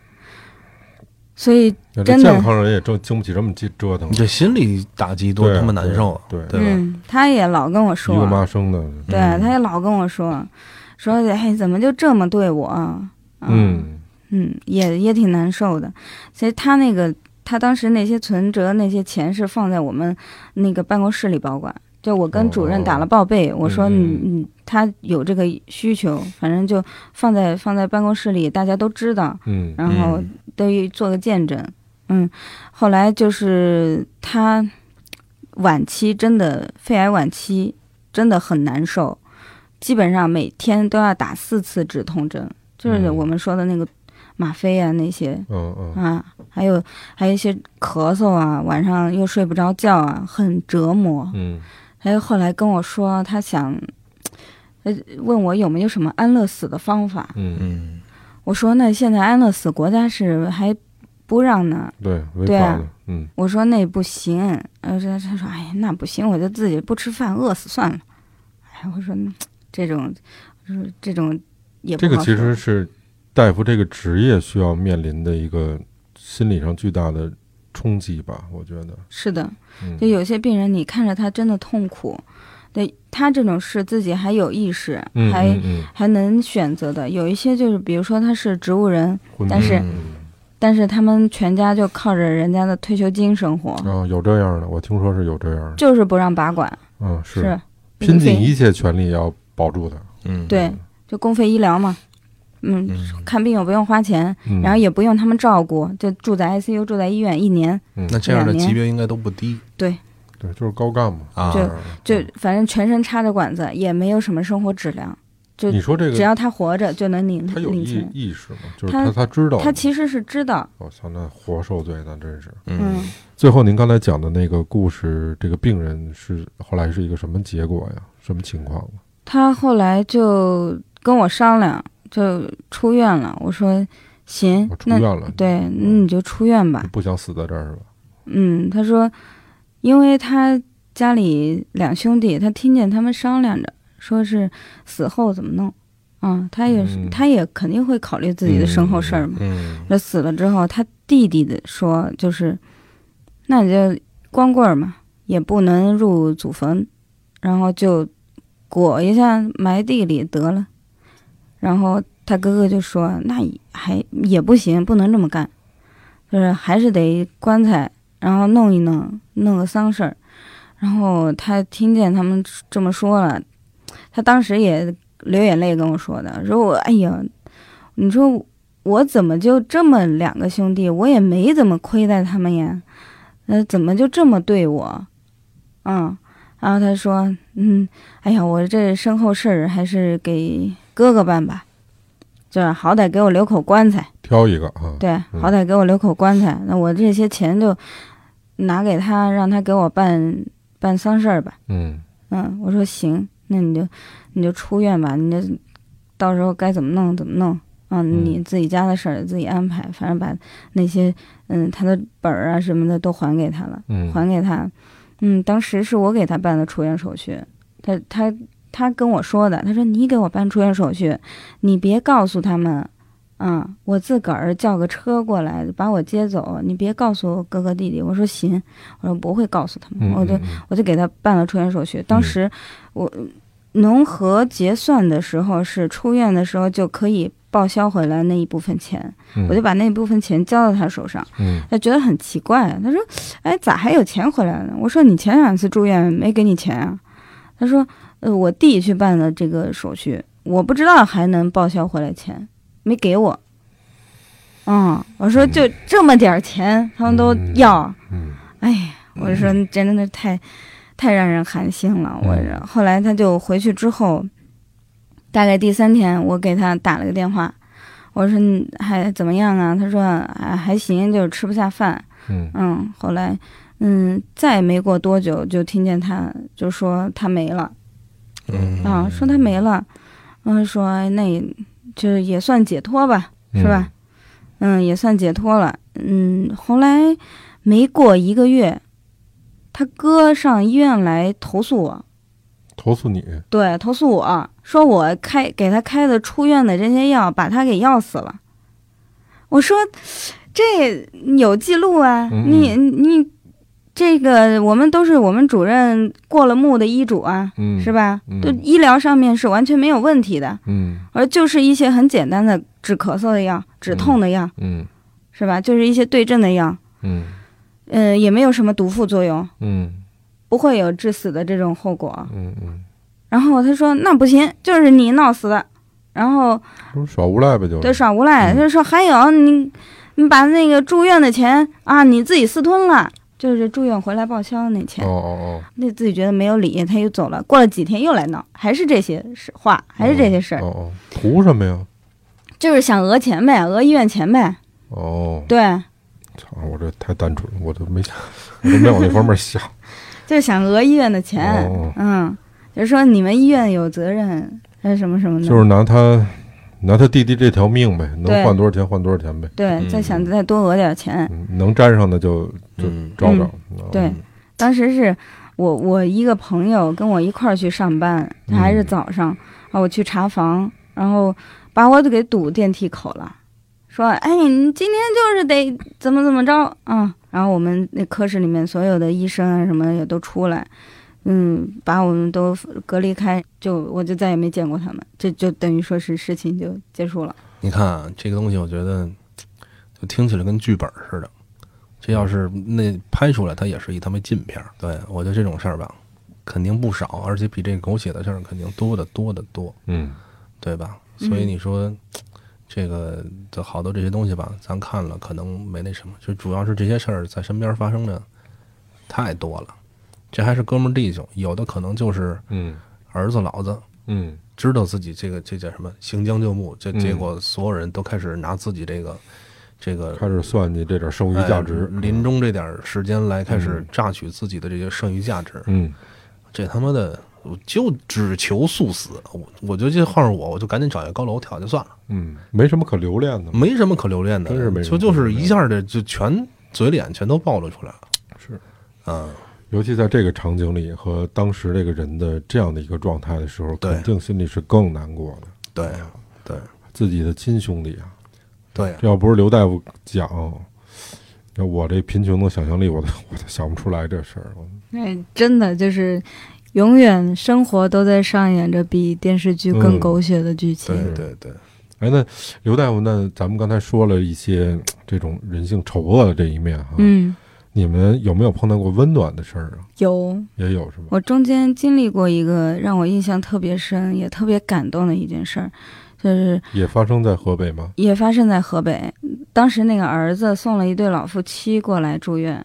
Speaker 3: 所以
Speaker 2: 那这
Speaker 3: 真的
Speaker 2: 健康人也正经不起这么折折腾
Speaker 4: 你，这心理打击多
Speaker 2: 对啊
Speaker 4: 他妈难受啊，
Speaker 2: 对啊
Speaker 4: 对吧？
Speaker 3: 嗯，他也老跟我说，啊
Speaker 2: 一个妈生的，
Speaker 3: 对，
Speaker 4: 嗯
Speaker 3: 他也老跟我说，说哎怎么就这么对我啊？啊
Speaker 2: 嗯
Speaker 3: 嗯，也也挺难受的。其实他那个，他当时那些存折那些钱是放在我们那个办公室里保管。就我跟主任打了报备，我说
Speaker 2: 嗯
Speaker 3: 你你他有这个需求，反正就放在放在办公室里，大家都知道，
Speaker 2: 嗯
Speaker 3: 然后
Speaker 4: 嗯
Speaker 3: 都做个见证。嗯，后来就是他晚期真的肺癌晚期真的很难受，基本上每天都要打四次止痛针，就是
Speaker 2: 嗯
Speaker 3: 我们说的那个吗啡啊那些
Speaker 2: 嗯嗯
Speaker 3: 啊，还有还有一些咳嗽啊，晚上又睡不着觉啊，很折磨。
Speaker 2: 嗯
Speaker 3: 还有后来跟我说他想，呃，问我有没有什么安乐死的方法。
Speaker 2: 嗯，
Speaker 4: 嗯
Speaker 3: 我说那现在安乐死国家是还不让呢，
Speaker 2: 对，违
Speaker 3: 对
Speaker 2: 法
Speaker 3: 啊
Speaker 2: 的，嗯
Speaker 3: 我说那不行，呃，他他说，哎，那不行，我就自己不吃饭，饿死算了。哎，我说嗯这种，我说这种也不
Speaker 2: 这
Speaker 3: 好
Speaker 2: 个
Speaker 3: 说
Speaker 2: 其实是大夫这个职业需要面临的一个心理上巨大的冲击吧，我觉得，
Speaker 3: 是的，
Speaker 2: 嗯
Speaker 3: 就有些病人，你看着他真的痛苦，对他这种事自己还有意识，
Speaker 2: 嗯
Speaker 3: 还、
Speaker 2: 嗯嗯
Speaker 3: 还能选择的。有一些就是，比如说他是植物人，
Speaker 2: 昏迷
Speaker 3: 但是
Speaker 2: 嗯
Speaker 3: 但是他们全家就靠着人家的退休金生活，
Speaker 2: 啊有这样的，我听说是有这样的，
Speaker 3: 就是不让拔管，
Speaker 2: 嗯是
Speaker 3: 是
Speaker 2: 拼尽
Speaker 3: 非
Speaker 2: 一切全力要保住他，
Speaker 4: 嗯，
Speaker 3: 对，就公费医疗嘛，嗯，
Speaker 4: 嗯，
Speaker 3: 看病又不用花钱，
Speaker 2: 嗯
Speaker 3: 然后也不用他们照顾，就住在 ICU，住在医院一年，
Speaker 2: 嗯
Speaker 4: 那这样的
Speaker 3: 两年
Speaker 4: 级别应该都不低
Speaker 2: 对就是高干嘛，
Speaker 4: 啊。
Speaker 3: 就就
Speaker 2: 嗯
Speaker 3: 反正全身插着管子，也没有什么生活质量。就
Speaker 2: 你说这
Speaker 3: 只
Speaker 2: 个
Speaker 3: 要他活着就能领
Speaker 2: 他有
Speaker 3: 领
Speaker 2: 意
Speaker 3: 钱。
Speaker 2: 意识吗？就是
Speaker 3: 他
Speaker 2: 他他知道吗，
Speaker 3: 他其实是知道，
Speaker 2: 我操那活受罪那真是。
Speaker 4: 嗯
Speaker 2: 最后，您刚才讲的那个故事，这个病人是后来是一个什么结果呀？什么情况啊？
Speaker 3: 他后来就跟我商量，就出院了。我说行
Speaker 2: 我，出
Speaker 3: 嗯那
Speaker 2: 院了，嗯
Speaker 3: 对，那你就出院吧
Speaker 2: 你。不想死在这儿是吧？
Speaker 3: 嗯，他说，因为他家里两兄弟，他听见他们商量着说是死后怎么弄啊？他也是，
Speaker 2: 嗯
Speaker 3: 他也肯定会考虑自己的身后事儿嘛。
Speaker 2: 嗯
Speaker 3: 那死了之后，他弟弟的说就是，那你就光棍儿嘛，也不能入祖坟，然后就裹一下埋地里得了。然后他哥哥就说，那也还也不行，不能这么干，就是还是得棺材，然后弄一弄，弄个丧事儿。然后他听见他们这么说了，他当时也流眼泪跟我说的，说我哎呀，你说我怎么就这么两个兄弟，我也没怎么亏待他们呀，呃，怎么就这么对我？嗯，然后他说，嗯，哎呀，我这身后事儿还是给哥哥办吧，就是好歹给我留口棺材，
Speaker 2: 挑一个啊，
Speaker 3: 对，
Speaker 2: 嗯
Speaker 3: 好歹给我留口棺材，那我这些钱就拿给他，让他给我办办丧事儿吧。
Speaker 2: 嗯
Speaker 3: 嗯，我说行，那你就你就出院吧，你就到时候该怎么弄怎么弄啊，你自己家的事儿自己安排，反正把那些嗯他的本儿啊什么的都还给他了，
Speaker 2: 嗯，
Speaker 3: 还给他。嗯，当时是我给他办的出院手续，他他他跟我说的，他说你给我办出院手续，你别告诉他们。啊、我自个儿叫个车过来把我接走，你别告诉哥哥弟弟。我说行，我说不会告诉他们，
Speaker 2: 嗯
Speaker 3: 我就
Speaker 2: 嗯嗯
Speaker 3: 我就给他办了出院手续。当时我农合结算的时候是出院的时候就可以报销回来那一部分钱，
Speaker 2: 嗯
Speaker 3: 我就把那部分钱交到他手上。
Speaker 2: 嗯
Speaker 3: 他觉得很奇怪，他说：“哎，咋还有钱回来呢？”我说：“你前两次住院没给你钱啊？”他说：“呃，我弟去办的这个手续，我不知道还能报销回来钱，没给我。”嗯，我说就这么点儿钱，他们都
Speaker 2: 嗯
Speaker 3: 要。
Speaker 2: 嗯
Speaker 3: 哎呀，我说真的太太让人寒心了。我
Speaker 2: 嗯
Speaker 3: 后来他就回去之后，大概第三天，我给他打了个电话，我说你还怎么样啊？他说啊还行，就是吃不下饭。
Speaker 2: 嗯
Speaker 3: 嗯，后来嗯再也没过多久，就听见他就说他没了
Speaker 4: 嗯
Speaker 3: 啊，说他没了，嗯说哎那也就是也算解脱吧。
Speaker 2: 嗯
Speaker 3: 是吧？嗯，也算解脱了。嗯，后来没过一个月，他哥上医院来投诉我，
Speaker 2: 投诉你，
Speaker 3: 对，投诉我说我开给他开的出院的这些药，把他给药死了。我说这有记录啊，
Speaker 2: 嗯
Speaker 3: 你你这个我们都是我们主任过了目的医嘱啊，
Speaker 2: 嗯，
Speaker 3: 是？吧？
Speaker 2: 嗯
Speaker 3: 对，医疗上面是完全没有问题的，
Speaker 2: 嗯
Speaker 3: 而就是一些很简单的止咳嗽的药、止痛的药。
Speaker 2: 嗯
Speaker 3: 是吧？就是一些对症的药，
Speaker 2: 嗯
Speaker 3: 嗯、也没有什么毒副作用，
Speaker 2: 嗯
Speaker 3: 不会有致死的这种后果。
Speaker 2: 嗯嗯，
Speaker 3: 然后他说那不行，就是你闹死的，然后
Speaker 2: 不是耍无赖呗，就是
Speaker 3: 对耍无赖，
Speaker 2: 嗯
Speaker 3: 他说还有你，你把那个住院的钱啊你自己私吞了，就是住院回来报销那钱
Speaker 2: 哦，哦哦，
Speaker 3: 那自己觉得没有理，他又走了。过了几天又来闹，还是这些事话，还是这些事儿，
Speaker 2: 哦哦，图什么呀？
Speaker 3: 就是想讹钱呗，讹医院钱呗，
Speaker 2: 哦，
Speaker 3: 对，
Speaker 2: 操，我这太单纯了，我都没， 我都没往那方面 想。
Speaker 3: 就是想讹医院的钱，
Speaker 2: 哦
Speaker 3: 嗯，就是说你们医院有责任，还是什么什么的，
Speaker 2: 就是拿他拿他弟弟这条命呗，能
Speaker 3: 嗯对
Speaker 2: 换多少钱换多少钱呗，
Speaker 3: 对，再
Speaker 4: 嗯
Speaker 3: 想再多讹点钱。
Speaker 2: 嗯，能沾上的就就
Speaker 4: 嗯
Speaker 2: 招招。
Speaker 3: 对，当时是我我一个朋友跟我一块儿去上班，他还是
Speaker 2: 嗯
Speaker 3: 早上，然后我去查房，然后把我都给堵电梯口了，说：“哎，你今天就是得怎么怎么着啊！”然后我们那科室里面所有的医生啊什么的也都出来。嗯，把我们都隔离开，就我就再也没见过他们，这就等于说是事情就结束了。
Speaker 4: 你看啊，这个东西，我觉得就听起来跟剧本似的。这要是那拍出来，它也是一他妈禁片儿。对我觉得这种事儿吧，肯定不少，而且比这狗血的事儿肯定多得多得多，
Speaker 2: 嗯
Speaker 4: 对吧？
Speaker 3: 嗯
Speaker 4: 所以你说、这个这好多这些东西吧，咱看了可能没那什么，就主要是这些事儿在身边发生的太多了。这还是哥们儿弟兄，有的可能就是
Speaker 2: 嗯
Speaker 4: 儿子老子，
Speaker 2: 嗯
Speaker 4: 知道自己这个这叫什么行将就木，这
Speaker 2: 嗯
Speaker 4: 结果所有人都开始拿自己这个这个
Speaker 2: 嗯，开始算计这点剩余
Speaker 4: 哎
Speaker 2: 价值。嗯
Speaker 4: 临终这点儿时间来开始榨取自己的这些剩余价值，
Speaker 2: 嗯
Speaker 4: 这他妈的我就只求速死，我我觉得这换是我，我就赶紧找一个高楼跳就算了，
Speaker 2: 嗯，没什么可留恋
Speaker 3: 嗯
Speaker 2: 的嘛。
Speaker 4: 没什么可留恋
Speaker 2: 嗯
Speaker 4: 的，
Speaker 2: 真是没什
Speaker 4: 就
Speaker 2: 么
Speaker 4: 就
Speaker 2: 可留
Speaker 4: 是
Speaker 2: 恋
Speaker 4: 一下的就全嘴脸全都暴露出来了，
Speaker 2: 是
Speaker 4: 啊，
Speaker 2: 尤其在这个场景里和当时这个人的这样的一个状态的时候，
Speaker 4: 对
Speaker 2: 肯定心里是更难过的。
Speaker 4: 对对
Speaker 2: 自己的亲兄弟啊，
Speaker 4: 对，
Speaker 2: 这要不是刘大夫讲，那我这贫穷的想象力，我都 我都想不出来这事儿。
Speaker 3: 哎，真的就是永远生活都在上演着比电视剧更
Speaker 2: 嗯
Speaker 3: 狗血的剧情。
Speaker 4: 对对对，
Speaker 2: 哎，那刘大夫，那咱们刚才说了一些嘖这种人性丑恶的这一面哈，
Speaker 3: 嗯，
Speaker 2: 你们有没有碰到过温暖的事儿啊？
Speaker 3: 有
Speaker 2: 也有是吧？
Speaker 3: 我中间经历过一个让我印象特别深也特别感动的一件事儿，就是
Speaker 2: 也发生在河北吗？
Speaker 3: 也发生在河北。当时那个儿子送了一对老夫妻过来住院，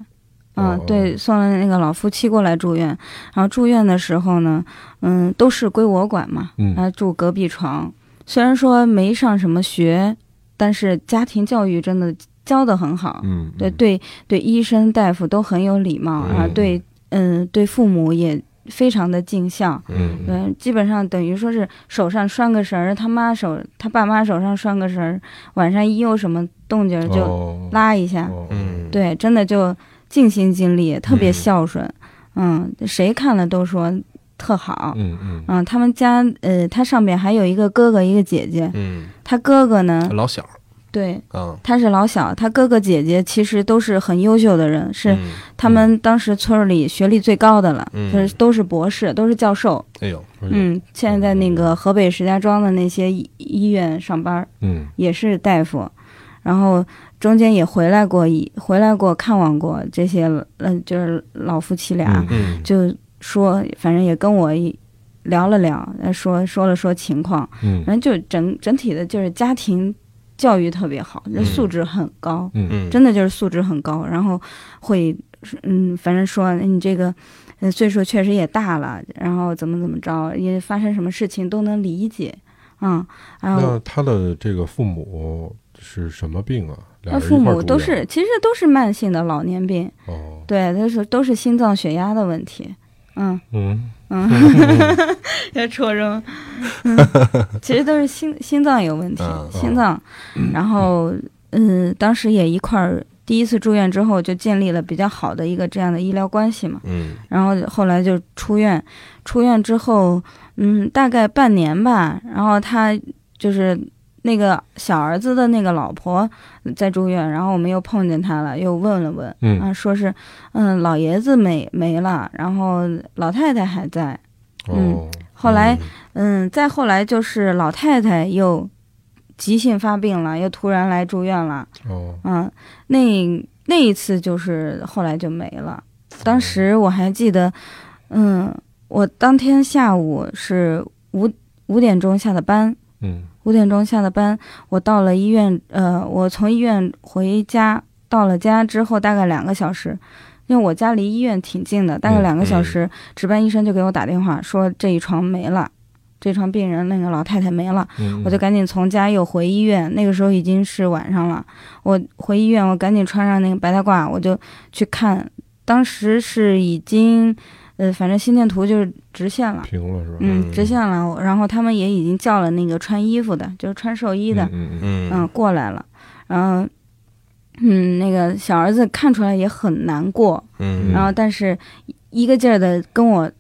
Speaker 3: 嗯、
Speaker 2: 哦
Speaker 3: 对，送了那个老夫妻过来住院。然后住院的时候呢，嗯，都是归我管嘛，
Speaker 2: 嗯
Speaker 3: 然后住隔壁床。虽然说没上什么学，但是家庭教育真的教得很好。
Speaker 2: 嗯，
Speaker 3: 对
Speaker 2: 嗯，
Speaker 3: 对对，医生大夫都很有礼貌，然后
Speaker 2: 嗯
Speaker 3: 对，嗯，对父母也非常的尽孝。
Speaker 2: 嗯嗯
Speaker 3: 嗯，基本上等于说是手上拴个绳儿，他妈手他爸妈手上拴个绳儿，晚上一有什么动静儿就
Speaker 2: 哦
Speaker 3: 拉一下，
Speaker 2: 哦
Speaker 4: 嗯，
Speaker 3: 对，真的就尽心尽力，特别
Speaker 4: 嗯
Speaker 3: 孝顺，嗯，谁看了都说特好，
Speaker 2: 嗯嗯
Speaker 3: 嗯，他们家呃，他上面还有一个哥哥一个姐姐，
Speaker 4: 嗯，
Speaker 3: 他哥哥呢，
Speaker 4: 老小
Speaker 3: 对，
Speaker 4: 啊，
Speaker 3: 他是老小，他哥哥姐姐其实都是很优秀的人，是
Speaker 4: 嗯
Speaker 3: 他们当时村儿里学历最高的了，
Speaker 4: 嗯
Speaker 3: 就是都是博士，都是教授，
Speaker 4: 哎呦，
Speaker 2: 哎呦
Speaker 3: 嗯，现在在那个河北石家庄的那些医医院上班儿，
Speaker 2: 嗯
Speaker 3: 也是大夫，然后中间也回来过一回来过看望过这些，嗯、就是老夫妻俩，
Speaker 2: 嗯
Speaker 4: 嗯
Speaker 3: 就说反正也跟我一聊了聊，呃说说了说情况，
Speaker 2: 嗯
Speaker 3: 反正就整整体的就是家庭教育特别好，那素质很高，
Speaker 2: 嗯
Speaker 4: 嗯，
Speaker 3: 真的就是素质很高，然后会，嗯，反正说哎你这个，呃，岁数确实也大了，然后怎么怎么着，也发生什么事情都能理解，嗯，然后
Speaker 2: 那他的这个父母是什么病啊？俩
Speaker 3: 那
Speaker 2: 人
Speaker 3: 父
Speaker 2: 一块儿
Speaker 3: 母都
Speaker 2: 住院
Speaker 3: 是其实都是慢性的老年病，
Speaker 2: 哦，
Speaker 3: 对，都是都是心脏血压的问题，嗯
Speaker 2: 嗯
Speaker 3: 嗯， 要戳中，嗯，其实都是心心脏有问题，
Speaker 4: 嗯
Speaker 3: 心脏，然后嗯，当时也一块儿。第一次住院之后，就建立了比较好的一个这样的医疗关系嘛。
Speaker 4: 嗯
Speaker 3: 然后后来就出院，出院之后，嗯，大概半年吧。然后他就是那个小儿子的那个老婆在住院，然后我们又碰见他了，又问了问，
Speaker 2: 嗯
Speaker 3: 啊，说是，嗯，老爷子没没了，然后老太太还在。
Speaker 2: 哦，
Speaker 3: 后来，嗯，再后来就是老太太又急性发病了，又突然来住院了。
Speaker 2: 哦，
Speaker 3: 嗯，那那一次就是后来就没了。当时我还记得，嗯，我当天下午是五五点钟下的班，
Speaker 2: 嗯
Speaker 3: 五点钟下的班，我到了医院，呃，我从医院回家，到了家之后大概两个小时。因为我家离医院挺近的，大概
Speaker 2: 嗯
Speaker 3: 两个小时，值班医生就给我打电话说这一床没了，这床病人那个老太太没了，
Speaker 2: 嗯，
Speaker 3: 我就赶紧从家又回医院，那个时候已经是晚上了。我回医院，我赶紧穿上那个白大褂，我就去看。当时是已经，呃，反正心电图就是直线了，
Speaker 2: 平了是吧？
Speaker 3: 嗯，
Speaker 4: 嗯
Speaker 3: 直线了。我然后他们也已经叫了那个穿衣服的，就是穿寿衣的，
Speaker 2: 嗯嗯
Speaker 4: 嗯
Speaker 3: 嗯、过来了。然后，嗯，那个小儿子看出来也很难过，
Speaker 4: 嗯，
Speaker 3: 然后但是一个劲儿的跟我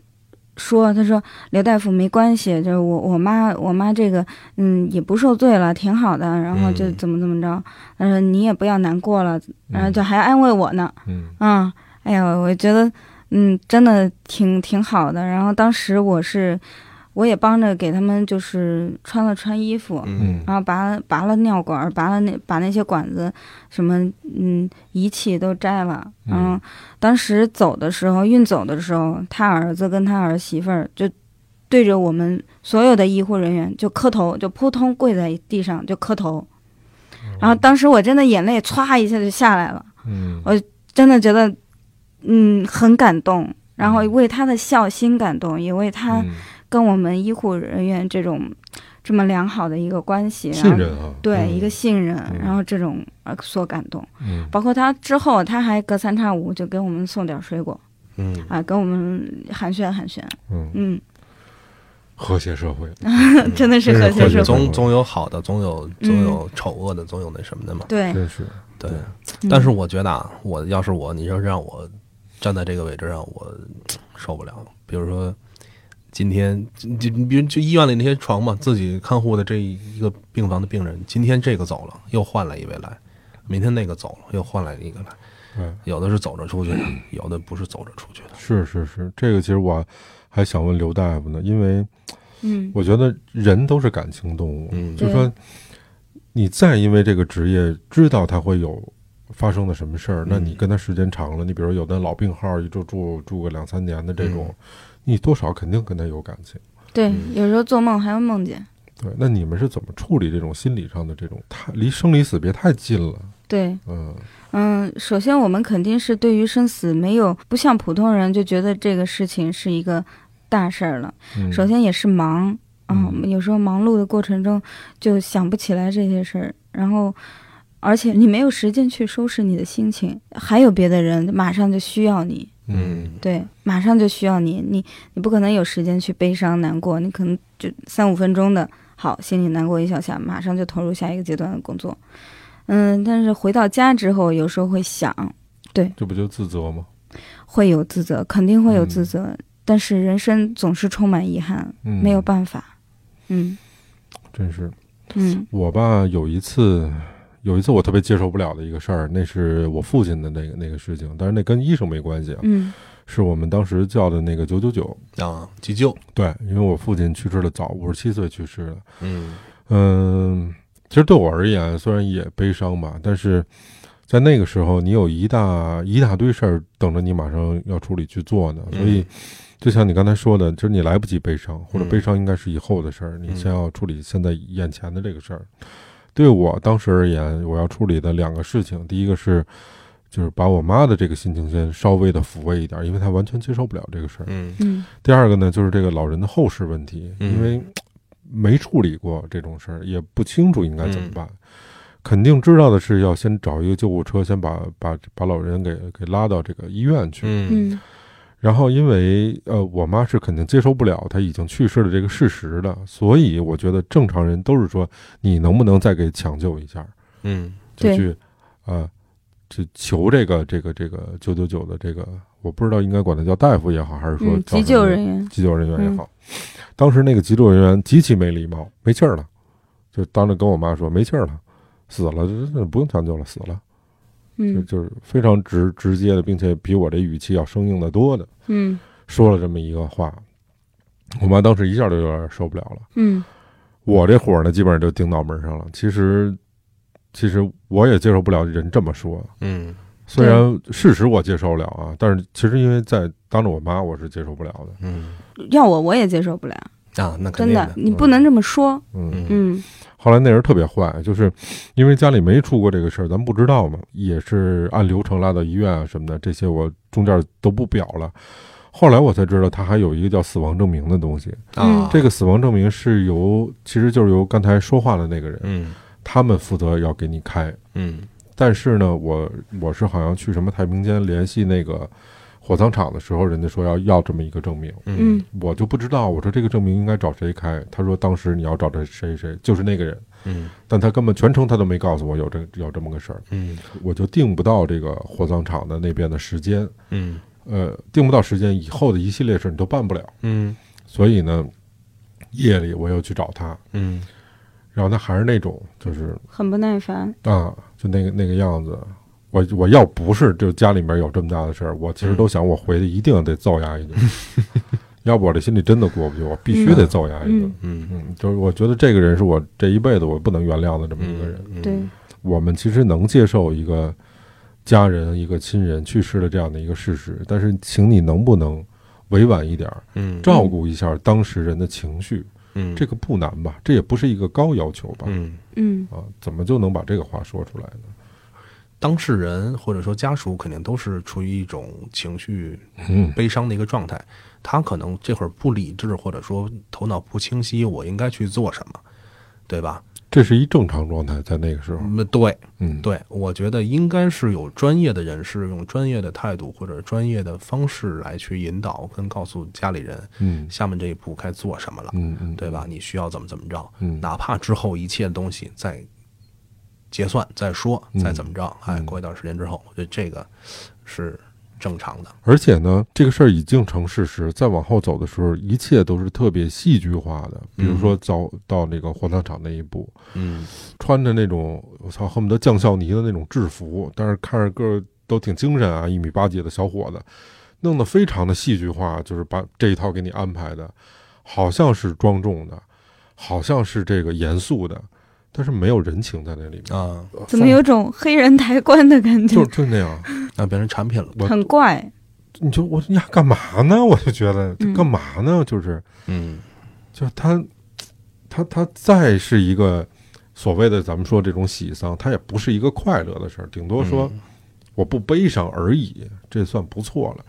Speaker 3: 说，他说刘大夫没关系，就是我我妈我妈这个嗯也不受罪了，挺好的，然后就
Speaker 4: 嗯
Speaker 3: 怎么怎么着，他说你也不要难过了，
Speaker 2: 嗯，
Speaker 3: 然后就还安慰我呢，
Speaker 2: 嗯
Speaker 3: 啊、哎呀，我觉得嗯真的挺挺好的，然后当时我是我也帮着给他们就是穿了穿衣服，
Speaker 4: 嗯
Speaker 2: 嗯
Speaker 3: 然后拔拔了尿管儿，拔了那把那些管子，什么嗯仪器都摘了。
Speaker 2: 嗯
Speaker 3: 然后当时走的时候，运走的时候，他儿子跟他儿媳妇儿就对着我们所有的医护人员就磕头，就扑通跪在地上就磕头。然后当时我真的眼泪歘一下就下来了，
Speaker 2: 嗯，
Speaker 3: 真的觉得嗯很感动，然后为他的孝心感动，也为他
Speaker 2: 嗯
Speaker 3: 跟我们医护人员这种这么良好的一个关系，然
Speaker 2: 信
Speaker 3: 后
Speaker 2: 任啊，
Speaker 3: 对，
Speaker 4: 嗯
Speaker 3: 一个信任，
Speaker 2: 嗯
Speaker 3: 然后这种呃所感动，
Speaker 2: 嗯
Speaker 3: 包括他之后，他还隔三差五就给我们送点水果
Speaker 4: 嗯
Speaker 3: 啊，跟我们寒暄寒暄，
Speaker 2: 嗯，
Speaker 3: 嗯，
Speaker 2: 和谐社会，嗯
Speaker 3: 真的是和谐
Speaker 2: 真是和
Speaker 3: 社
Speaker 2: 谐
Speaker 3: 会，
Speaker 4: 总总有好的，总有
Speaker 3: 嗯
Speaker 4: 总有丑恶的，总
Speaker 2: 嗯
Speaker 4: 有那什么的嘛。
Speaker 3: 对，
Speaker 2: 真是，
Speaker 4: 对，
Speaker 3: 嗯
Speaker 4: 但是我觉得啊，我要是我，你说让我站在这个位置上，我嘖受不了。比如说，今天就你比如就医院里那些床嘛，自己看护的这一个病房的病人，今天这个走了，又换了一位来；明天那个走了，又换来一个来。
Speaker 2: 嗯，
Speaker 4: 有的是走着出去的，有的不是走着出去的。
Speaker 2: 是是是，这个其实我还想问刘大夫呢，因为
Speaker 3: 嗯，
Speaker 2: 我觉得人都是感情动物，
Speaker 4: 嗯
Speaker 2: 就说你再因为这个职业知道他会有发生的什么事儿，那
Speaker 3: 嗯
Speaker 2: 你跟他时间长了，你比如有的老病号一住住住个两三年的这
Speaker 3: 嗯
Speaker 2: 种，你多少肯定跟他有感情。
Speaker 3: 对，
Speaker 2: 嗯
Speaker 3: 有时候做梦还会梦见。
Speaker 2: 对，那你们是怎么处理这种心理上的这种太离生离死别太近了？
Speaker 3: 对，
Speaker 2: 嗯
Speaker 3: 嗯，首先我们肯定是对于生死没有不像普通人就觉得这个事情是一个大事儿了。
Speaker 2: 嗯，
Speaker 3: 首先也是忙啊、
Speaker 2: 嗯
Speaker 3: 有时候忙碌的过程中就想不起来这些事儿，然后而且你没有时间去收拾你的心情，还有别的人马上就需要你，
Speaker 2: 嗯
Speaker 3: 对，马上就需要你，你你不可能有时间去悲伤难过，你可能就三五分钟的好，心里难过一小下，马上就投入下一个阶段的工作。嗯，但是回到家之后，有时候会想，
Speaker 2: 这不就自责吗？
Speaker 3: 会有自责，肯定会有自
Speaker 2: 嗯
Speaker 3: 责，但是人生总是充满遗憾，
Speaker 2: 嗯，
Speaker 3: 没有办法。嗯
Speaker 2: 真是
Speaker 3: 嗯
Speaker 2: 我吧，有一次，有一次我特别接受不了的一个事儿，那是我父亲的那个那个事情，但是那跟医生没关系啊，
Speaker 3: 嗯
Speaker 2: 是我们当时叫的那个九九九。
Speaker 4: 啊，急救，
Speaker 2: 对，因为我父亲去世的早，五十七岁去世的。
Speaker 4: 嗯
Speaker 2: 嗯，其实对我而言，虽然也悲伤吧，但是在那个时候，你有一大一大堆事儿等着你马上要处理去做呢，所以。就像你刚才说的，就是你来不及悲伤，或者
Speaker 4: 嗯
Speaker 2: 悲伤应该是以后的事儿，你
Speaker 4: 嗯
Speaker 2: 先要处理现在眼前的这个事儿。对我当时而言，我要处理的两个事情，第一个是，就是把我妈的这个心情先稍微的抚慰一点，因为她完全接受不了这个事儿。
Speaker 4: 嗯
Speaker 3: 嗯
Speaker 2: 第二个呢，就是这个老人的后事问题，
Speaker 4: 嗯
Speaker 2: 因为嘖没处理过这种事儿，也不清楚应该怎么办。
Speaker 4: 嗯
Speaker 2: 肯定知道的是要先找一个救护车，先把把把老人给给拉到这个医院去。
Speaker 4: 嗯
Speaker 3: 嗯
Speaker 2: 然后因为呃，我妈是肯定接受不了她已经去世的这个事实的，所以我觉得正常人都是说，你能不能再给抢救一下，
Speaker 4: 嗯
Speaker 2: 就
Speaker 3: 对
Speaker 2: 去呃，去求这个这个这个九九九的这个，我不知道应该管他叫大夫也好，还是说
Speaker 3: 嗯，
Speaker 2: 叫
Speaker 3: 急
Speaker 2: 什
Speaker 3: 救
Speaker 2: 么
Speaker 3: 人员，
Speaker 2: 急救人员也好，当时那个急救人员极其没礼貌，没气儿了，就当着跟我妈说没气儿了，死了，这这不用抢救了，死了，就
Speaker 3: 嗯
Speaker 2: 就是非常直直接的，并且比我这语气要生硬的多的。
Speaker 3: 嗯
Speaker 2: 说了这么一个话，我妈当时一下就有点受不了了。
Speaker 3: 嗯
Speaker 2: 我这火呢，基本上就顶脑门上了。其实，其实我也接受不了人这么说，
Speaker 4: 嗯
Speaker 2: 虽然事实我接受了啊，但是其实因为在当着我妈，我是接受不了的。
Speaker 4: 嗯
Speaker 3: 要我我也接受不了，
Speaker 4: 啊，那肯
Speaker 3: 真
Speaker 4: 定
Speaker 3: 的，你不能这么说。
Speaker 2: 嗯，
Speaker 4: 嗯
Speaker 3: 嗯
Speaker 2: 后来那人特别坏，就是因为家里没出过这个事儿，咱们不知道嘛，也是按流程拉到医院啊什么的，这些我中间都不表了。后来我才知道，他还有一个叫死亡证明的东西，
Speaker 4: 啊，
Speaker 2: 这个死亡证明是由，其实就是由刚才说话的那个人，
Speaker 4: 嗯
Speaker 2: 他们负责要给你开。
Speaker 4: 嗯
Speaker 2: 但是呢，我我是好像去什么太平间联系那个火葬场的时候，人家说要要这么一个证明，
Speaker 3: 嗯
Speaker 2: 我就不知道。我说这个证明应该找谁开？他说当时你要找这谁谁，就是那个人，
Speaker 4: 嗯
Speaker 2: 但他根本全程他都没告诉我有这有这么个事儿，
Speaker 4: 嗯
Speaker 2: 我就定不到这个火葬场的那边的时间，
Speaker 4: 嗯
Speaker 2: 呃，定不到时间以后的一系列事儿你都办不了。
Speaker 4: 嗯
Speaker 2: 所以呢，夜里我又去找他，
Speaker 4: 嗯
Speaker 2: 然后他还是那种就是
Speaker 3: 很不耐烦。
Speaker 2: 啊，就那个那个样子。我我要不是就家里面有这么大的事儿，我其实
Speaker 4: 嗯
Speaker 2: 都想我回去一定得揍他一 顿，要不我这心里真的过不去，我必须得揍他一顿。
Speaker 4: 嗯
Speaker 2: 嗯，就是我觉得这个人是我这一辈子我不能原谅的这么一个人。
Speaker 4: 嗯
Speaker 3: 对，
Speaker 2: 我们其实能接受一个家人、一个亲人去世的这样的一个事实，但是请你能不能委婉一点儿，
Speaker 4: 嗯
Speaker 2: 照顾一下当事人的情绪？
Speaker 4: 嗯
Speaker 2: 这个不难吧？这也不是一个高要求吧？
Speaker 4: 嗯
Speaker 3: 嗯
Speaker 2: 啊，怎么就能把这个话说出来呢？
Speaker 4: 当事人或者说家属肯定都是处于一种情绪
Speaker 2: 嗯
Speaker 4: 悲伤的一个状态，他可能这会儿不理智或者说头脑不清晰，我应该去做什么，对吧？
Speaker 2: 这是一正常状态，在那个时候，
Speaker 4: 嗯，对，
Speaker 2: 嗯，，
Speaker 4: 对，我觉得应该是有专业的人士用专业的态度或者专业的方式来去引导跟告诉家里人，
Speaker 2: 嗯
Speaker 4: 下面这一步该做什么了，
Speaker 2: 嗯嗯，
Speaker 4: 对吧？你需要怎么怎么着，
Speaker 2: 嗯
Speaker 4: 哪怕之后一切东西再结算再说，
Speaker 2: 嗯
Speaker 4: 再怎么着，哎，
Speaker 2: 嗯
Speaker 4: 过一段时间之后，我觉得这个是正常的。
Speaker 2: 而且呢，这个事儿已经成事实，再往后走的时候，一切都是特别戏剧化的。比如说到到那个火葬场那一步，
Speaker 4: 嗯
Speaker 2: 穿着那种我操恨不得将校泥的那种制服，但是看着个儿都挺精神啊，一米八几的小伙子，弄得非常的戏剧化，就是把这一套给你安排的，好像是庄重的，好像是这个严肃的，但是没有人情在那里面，
Speaker 4: 啊，
Speaker 3: 怎么有种黑人抬棺的感觉
Speaker 2: 就？就那样。
Speaker 4: 那变成产品了。
Speaker 2: 我
Speaker 3: 很怪，
Speaker 2: 你就我说呀，干嘛呢？ 我就觉得
Speaker 3: 嗯
Speaker 2: 干嘛呢？就是
Speaker 4: 嗯
Speaker 2: 就是他，他他再是一个所谓的咱们说这种喜丧，他也不是一个快乐的事儿，顶多说我不悲伤而已，这算不错了。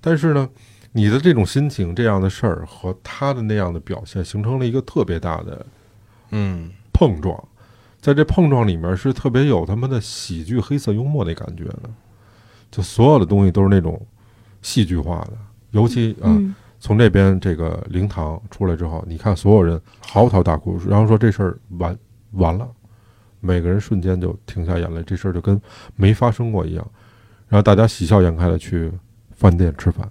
Speaker 2: 但是呢，你的这种心情这样的事儿和他的那样的表现，形成了一个特别大的
Speaker 4: 嗯
Speaker 2: 碰撞，在这碰撞里面是特别有他妈的喜剧黑色幽默那感觉的，就所有的东西都是那种戏剧化的，尤其啊。
Speaker 3: 嗯，
Speaker 2: 从这边这个灵堂出来之后，你看所有人嚎啕大哭，然后说这事儿完完了，每个人瞬间就停下眼来，这事儿就跟没发生过一样，然后大家喜笑颜开的去饭店吃饭。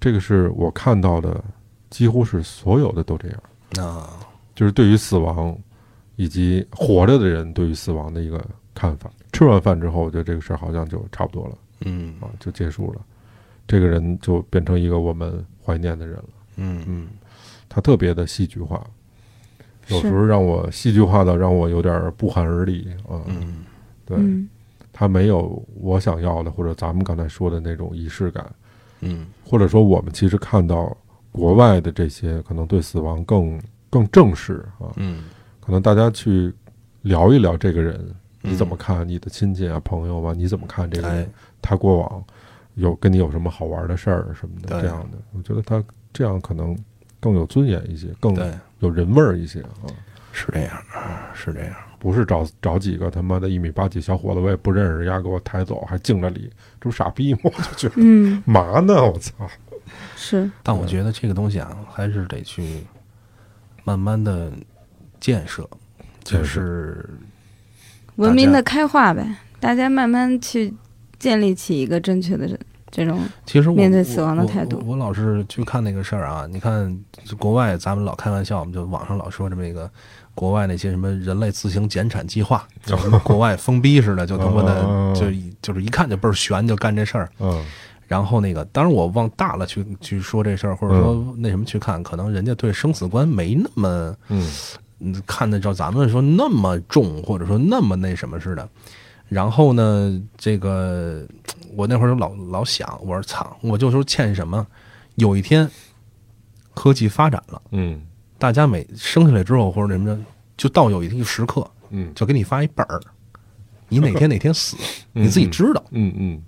Speaker 2: 这个是我看到的，几乎是所有的都这样，
Speaker 4: 啊，
Speaker 2: 就是对于死亡以及活着的人对于死亡的一个看法。吃完饭之后，我觉得这个事儿好像就差不多了。
Speaker 4: 嗯
Speaker 2: 啊，就结束了。这个人就变成一个我们怀念的人了。
Speaker 4: 嗯
Speaker 2: 嗯，他特别的戏剧化，有时
Speaker 3: 是
Speaker 2: 候让我戏剧化到让我有点儿不寒而栗啊。
Speaker 4: 嗯
Speaker 2: 对，
Speaker 3: 嗯，
Speaker 2: 他没有我想要的，或者咱们刚才说的那种仪式感，
Speaker 4: 嗯
Speaker 2: 或者说我们其实看到国外的这些可能对死亡更更正式啊，
Speaker 4: 嗯，
Speaker 2: 可能大家去聊一聊这个人，你怎么看你的亲戚啊、朋友啊？你怎么看这个人？
Speaker 4: 哎
Speaker 2: 他过往有跟你有什么好玩的事儿什么的
Speaker 4: 对
Speaker 2: 这样的？我觉得他这样可能更有尊严一些，更
Speaker 4: 对，
Speaker 2: 有人味儿一些啊！
Speaker 4: 是这样，是这样。
Speaker 2: 不是找找几个他妈的一米八几小伙子，我也不认识，丫给我抬走，还敬着礼，这不傻逼吗？我就觉得
Speaker 3: 嗯，
Speaker 2: 嘛呢？我操！
Speaker 3: 是，
Speaker 4: 但我觉得这个东西啊，还是得去慢慢的建设，
Speaker 2: 建设
Speaker 4: 就是
Speaker 3: 文明的开化呗，大家慢慢去建立起一个正确的这种，
Speaker 4: 其实我
Speaker 3: 面对死亡的态度
Speaker 4: 我我我老是去看那个事儿啊。你看国外，咱们老开玩笑，我们就网上老说这么一个国外那些什么人类自行减产计划，就 什么国外封逼似的，就他妈
Speaker 2: 哦
Speaker 4: 的就就是一看就倍儿悬，就干这事儿。
Speaker 2: 嗯
Speaker 4: 然后那个，当然我往大了去去说这事儿，
Speaker 2: 嗯
Speaker 4: 或者说那什么去看，可能人家对生死观没那么
Speaker 2: 嗯
Speaker 4: 嗯看得着咱们说那么重，或者说那么那什么似的。然后呢，这个我那会儿老老想，我说操，我就说欠什么？有一天科技发展了，
Speaker 2: 嗯
Speaker 4: 大家每生下来之后或者什么，就到有一个时刻，
Speaker 2: 嗯
Speaker 4: 就给你发一本儿，你哪天哪天死，你自己知道，
Speaker 2: 嗯嗯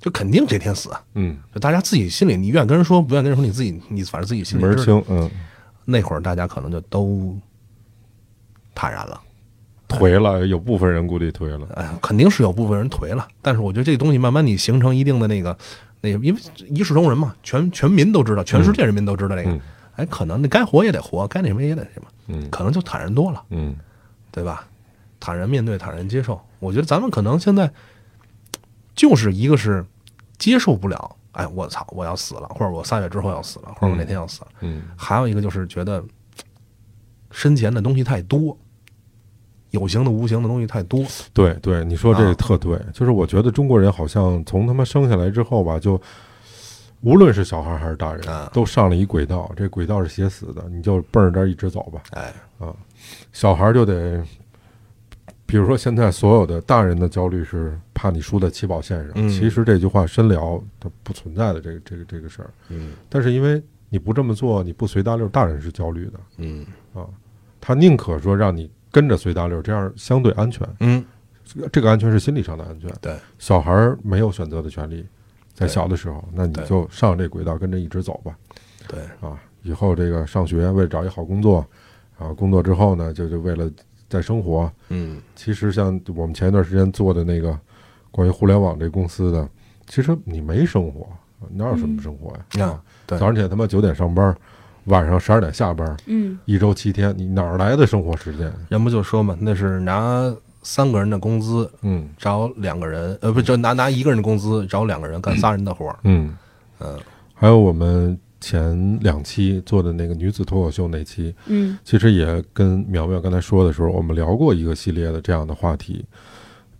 Speaker 4: 就肯定这天死。啊
Speaker 2: 嗯，
Speaker 4: 就大家自己心里，你愿跟人说，不愿跟人说，你自己你反正自己心里
Speaker 2: 门儿
Speaker 4: 知道。
Speaker 2: 清，嗯，
Speaker 4: 那会儿大家可能就都坦然了。
Speaker 2: 颓了，有部分人估计颓了。
Speaker 4: 哎呀，肯定是有部分人颓了，但是我觉得这东西慢慢你形成一定的那个那个，因为一视同仁嘛，全全民都知道，全世界人民都知道这个。
Speaker 2: 嗯
Speaker 4: 哎，可能那该活也得活，该那什么也得什么，
Speaker 2: 嗯
Speaker 4: 可能就坦然多了，
Speaker 2: 嗯
Speaker 4: 对吧？坦然面对，坦然接受。我觉得咱们可能现在就是一个是接受不了，哎，我操，我要死了，或者我三月之后要死了，或者我哪天要死了。
Speaker 2: 嗯
Speaker 4: 还有一个就是觉得生前的东西太多，有形的、无形的东西太多。
Speaker 2: 对对，你说这个
Speaker 4: 啊
Speaker 2: 特对，就是我觉得中国人好像从他妈生下来之后吧，就无论是小孩还是大人，
Speaker 4: 啊
Speaker 2: 都上了一轨道，这轨道是写死的，你就奔着这儿一直走吧。啊
Speaker 4: 哎，
Speaker 2: 小孩就得，比如说现在所有的大人的焦虑是怕你输在起跑线上，
Speaker 4: 嗯
Speaker 2: 其实这句话深聊它不存在的这个这个这个事儿，
Speaker 4: 嗯
Speaker 2: 但是因为你不这么做，你不随大溜，大人是焦虑的，
Speaker 4: 嗯
Speaker 2: 他宁可说让你跟着随大溜，这样相对安全。
Speaker 4: 嗯，
Speaker 2: 这个安全是心理上的安全。
Speaker 4: 对，
Speaker 2: 小孩儿没有选择的权利，在
Speaker 4: 对
Speaker 2: 小的时候，那你
Speaker 4: 对
Speaker 2: 就上这轨道，跟着一直走吧。
Speaker 4: 对，
Speaker 2: 啊，以后这个上学为了找一好工作，啊，工作之后呢，就就为了再生活。
Speaker 4: 嗯
Speaker 2: 其实像我们前一段时间做的那个关于互联网这公司的，其实你没生活，哪有什么生活呀？
Speaker 4: 嗯
Speaker 2: 啊，
Speaker 4: 对
Speaker 2: 早上起来他妈九点上班，晚上十二点下班，
Speaker 3: 嗯，
Speaker 2: 一周七天，你哪儿来的生活时间？
Speaker 4: 人不就说嘛，那是拿三个人的工资
Speaker 2: 嗯
Speaker 4: 找两个人，呃，不就拿拿一个人的工资找两个人干仨人的活儿。
Speaker 2: 嗯，
Speaker 4: 嗯，
Speaker 2: 还有我们前两期做的那个女子脱口秀那期，
Speaker 3: 嗯
Speaker 2: 其实也跟苗苗刚才说的时候，我们聊过一个系列的这样的话题，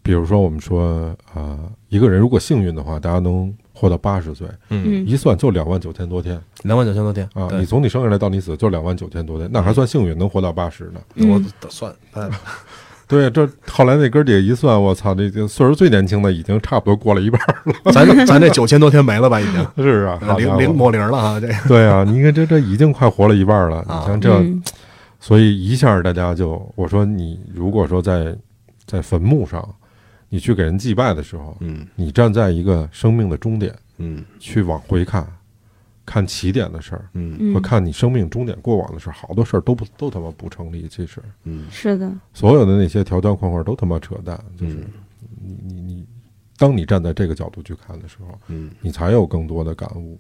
Speaker 2: 比如说我们说啊、呃一个人如果幸运的话，大家能活到八十岁，
Speaker 4: 嗯，
Speaker 3: 嗯
Speaker 2: 一算就两万九千多天
Speaker 4: 两万九千多天
Speaker 2: 啊！你
Speaker 4: 对，
Speaker 2: 从你生下来到你死就两万九千多天，那还算幸运，能活到八 十呢。
Speaker 4: 我
Speaker 3: 嗯
Speaker 4: 得算，哎
Speaker 2: 对，这后来那哥儿几个一算，我操，这这岁数最年轻的已经差不多过了一半儿了，
Speaker 4: 咱这咱这九千多天没了吧？已 经
Speaker 2: 是啊，好家
Speaker 4: 零
Speaker 2: 伙
Speaker 4: 零抹零了啊！这个
Speaker 2: 对啊，你看这这已经快活了一半了，
Speaker 4: 啊
Speaker 2: 你像这，
Speaker 1: 嗯
Speaker 2: 所以一下大家就我说你如果说在在坟墓上，你去给人祭拜的时候，
Speaker 4: 嗯
Speaker 2: 你站在一个生命的终点
Speaker 4: 嗯
Speaker 2: 去往回看，看起点的事儿
Speaker 4: 嗯
Speaker 2: 和
Speaker 3: 嗯，
Speaker 2: 看你生命终点过往的事儿，好多事儿都不都他妈不成立，其实
Speaker 4: 嗯
Speaker 3: 是的，
Speaker 2: 所有的那些条条框框都他妈扯淡，就是
Speaker 4: 嗯
Speaker 2: 你你你，当你站在这个角度去看的时候，
Speaker 4: 嗯
Speaker 2: 你才有更多的感悟。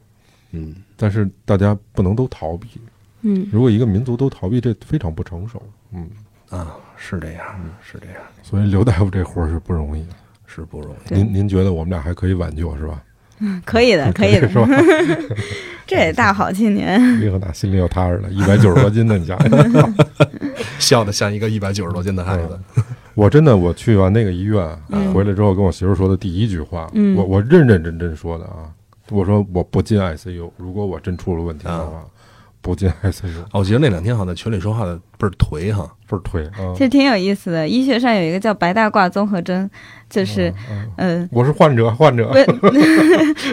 Speaker 4: 嗯，
Speaker 2: 但是大家不能都逃避，
Speaker 3: 嗯
Speaker 2: 如果一个民族都逃避，这非常不成熟。嗯，
Speaker 4: 啊，是这样，是这样，
Speaker 2: 所以刘大夫这活儿是不容易的。
Speaker 4: 是不容易。
Speaker 3: 对
Speaker 2: 您您觉得我们俩还可以挽救是吧？
Speaker 3: 可以的，可以的，
Speaker 2: 是吧？ 嗯
Speaker 3: 这也大好青年，
Speaker 2: 立刻打心里又踏实了，一百九十多斤的，你想想，
Speaker 4: 笑得像一个一百九十多斤的孩子。
Speaker 2: 我真的我去完那个医院啊
Speaker 3: 嗯
Speaker 2: 回来之后，跟我媳妇说的第一句话，
Speaker 3: 嗯
Speaker 2: 我我认认真真说的啊，我说我不进 ICU，如果我真出了问题的话，不进 ICU，
Speaker 4: 哦，我记得那两天好像在群里说话的倍儿颓哈，
Speaker 2: 不是腿啊
Speaker 3: 其。实挺有意思的。医学上有一个叫白大褂综合征，就是
Speaker 2: 嗯，嗯
Speaker 3: 嗯，
Speaker 2: 我是患者，患者，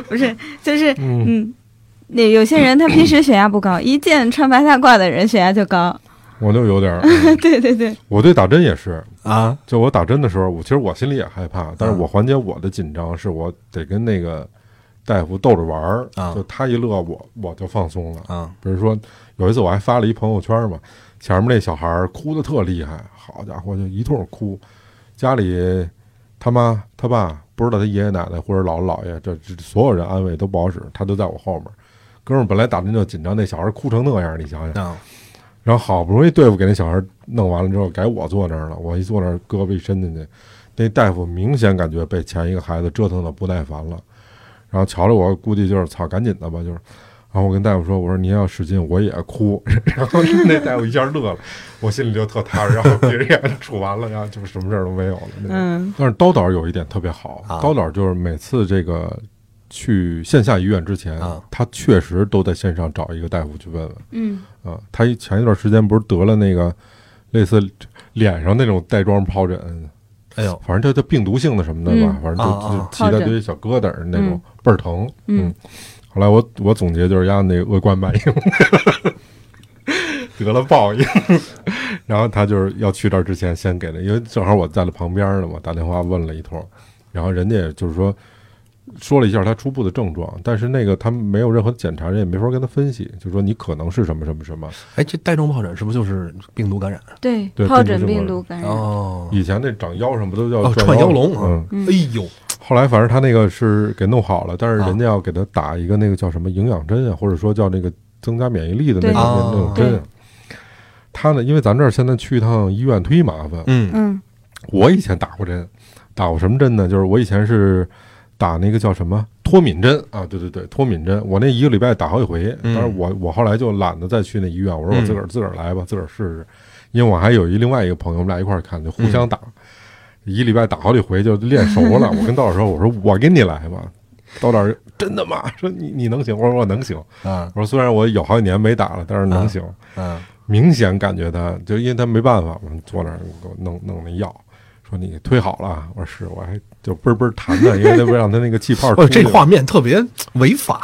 Speaker 3: 不是，就是
Speaker 2: 嗯，
Speaker 3: 嗯，那有些人他平时血压不高，一见穿白大褂的人血压就高。
Speaker 2: 我就有点儿，
Speaker 3: 对对对，
Speaker 2: 我对打针也是，
Speaker 4: 啊，
Speaker 2: 就我打针的时候，我其实我心里也害怕，但是我缓解我的紧张，是我得跟那个大夫逗着玩儿，
Speaker 4: 啊
Speaker 2: 就他一乐我，我就放松了。
Speaker 4: 啊，
Speaker 2: 比如说有一次我还发了一朋友圈嘛，前面那小孩儿哭的特厉害，好家伙就一通哭，家里他妈他爸不知道他爷爷奶奶或者姥姥姥爷，这这所有人安慰都不好使，他都在我后面。哥们儿本来打针就紧张，那小孩儿哭成那样，你想想。
Speaker 4: 啊，
Speaker 2: 然后好不容易对付给那小孩弄完了之后，改我坐那儿了。我一坐那儿，胳膊一伸进去，那大夫明显感觉被前一个孩子折腾的不耐烦了，然后瞧着我，估计就是操，赶紧的吧，就是。然后我跟大夫说：“我说您要使劲，我也哭。” 然后那大夫一下乐了，我心里就特踏实。然后别人也处完了，然后就什么事儿都没有了。那个
Speaker 3: 嗯
Speaker 2: 但是刀导有一点特别好，
Speaker 4: 啊
Speaker 2: 刀导就是每次这个去线下医院之前，
Speaker 4: 啊
Speaker 2: 他确实都在线上找一个大夫去问问。
Speaker 3: 嗯
Speaker 2: 啊，他一前一段时间不是得了那个类似脸上那种带状疱疹，
Speaker 4: 哎呦，
Speaker 2: 反正就就病毒性的什么的吧，
Speaker 3: 嗯
Speaker 2: 反正就
Speaker 4: 啊
Speaker 2: 就
Speaker 4: 啊
Speaker 2: 起大堆小疙瘩儿那种
Speaker 3: 嗯，
Speaker 2: 倍儿疼。
Speaker 3: 嗯，
Speaker 2: 后来我我总结就是压那个恶贯满盈， 得了报应。 然后他就是要去这儿之前，先给了，因为正好我在了旁边呢嘛，打电话问了一通，然后人家也就是说说了一下他初步的症状，但是那个他们没有任何检查，人也没法跟他分析，就说你可能是什么什么什么。
Speaker 4: 哎，这带状疱疹是不是就是病毒感染？啊
Speaker 3: 对，
Speaker 2: 对
Speaker 3: 疱疹
Speaker 2: 病
Speaker 3: 病
Speaker 2: 毒
Speaker 3: 毒感染，
Speaker 4: 哦
Speaker 2: 以前那长腰上不都叫
Speaker 4: 哦，
Speaker 2: 转
Speaker 4: 串
Speaker 2: 腰
Speaker 4: 腰龙
Speaker 2: 嗯
Speaker 4: 啊，，
Speaker 3: 嗯
Speaker 4: 哎呦，
Speaker 2: 后来反正他那个是给弄好了，但是
Speaker 4: 啊
Speaker 2: 人家要给他打一个那个叫什么营养针啊，或者说叫那个增加免疫力的那
Speaker 3: 对
Speaker 2: 个那那种针
Speaker 3: 对
Speaker 2: 啊。他呢，因为咱这儿现在去一趟医院忒麻烦。
Speaker 4: 嗯
Speaker 3: 嗯
Speaker 2: 我以前打过针，打过什么针呢？就是我以前是打那个叫什么脱敏针啊，对对对，脱敏针。我那一个礼拜打好几回，
Speaker 4: 嗯
Speaker 2: 但是我我后来就懒得再去那医院，我说我
Speaker 4: 嗯
Speaker 2: 自个儿自个儿来吧，自个儿试试。因为我还有一另外一个朋友，我们俩一块儿看，就互相打，
Speaker 4: 嗯
Speaker 2: 一礼拜打好几回就练熟 了。我跟道长说，我说我跟你来吧。道长真的吗？说你你能行？我说我能行。
Speaker 4: 啊
Speaker 2: 我说虽然我有好几年没打了，但是能
Speaker 4: 啊
Speaker 2: 行。
Speaker 4: 啊，
Speaker 2: 明显感觉他就因为他没办法嘛，坐那儿给我弄弄那药，说你推好了啊，我说是，我还就嘣嘣弹呢，因为他不让他那个气泡出
Speaker 4: 哦，
Speaker 2: 去，
Speaker 4: 这画面特别违法，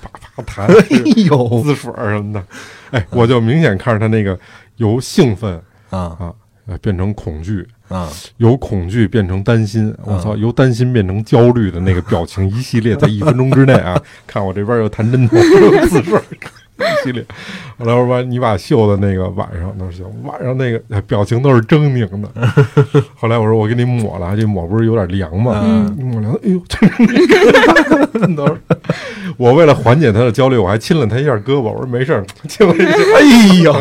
Speaker 2: 啪啪弹，
Speaker 4: 哎 呦
Speaker 2: 滋水儿什么的，哎，我就明显看着他那个由兴奋
Speaker 4: 啊
Speaker 2: 啊呃变成恐惧，
Speaker 4: 啊，
Speaker 2: 由恐惧变成担心，我操，由担心变成焦虑的那个表情，一系列在一分钟之内啊，看我这边又弹针头，又自顺，一系列。后来我把你把秀的那个晚上，那行，晚上那个哎表情都是狰狞的。后来我说我给你抹了，这抹不是有点凉吗？
Speaker 4: 嗯
Speaker 2: 抹凉，哎呦， 真的是。我为了缓解他的焦虑，我还亲了他一下胳膊，我说没事儿，亲了一下。
Speaker 4: 哎哎呦，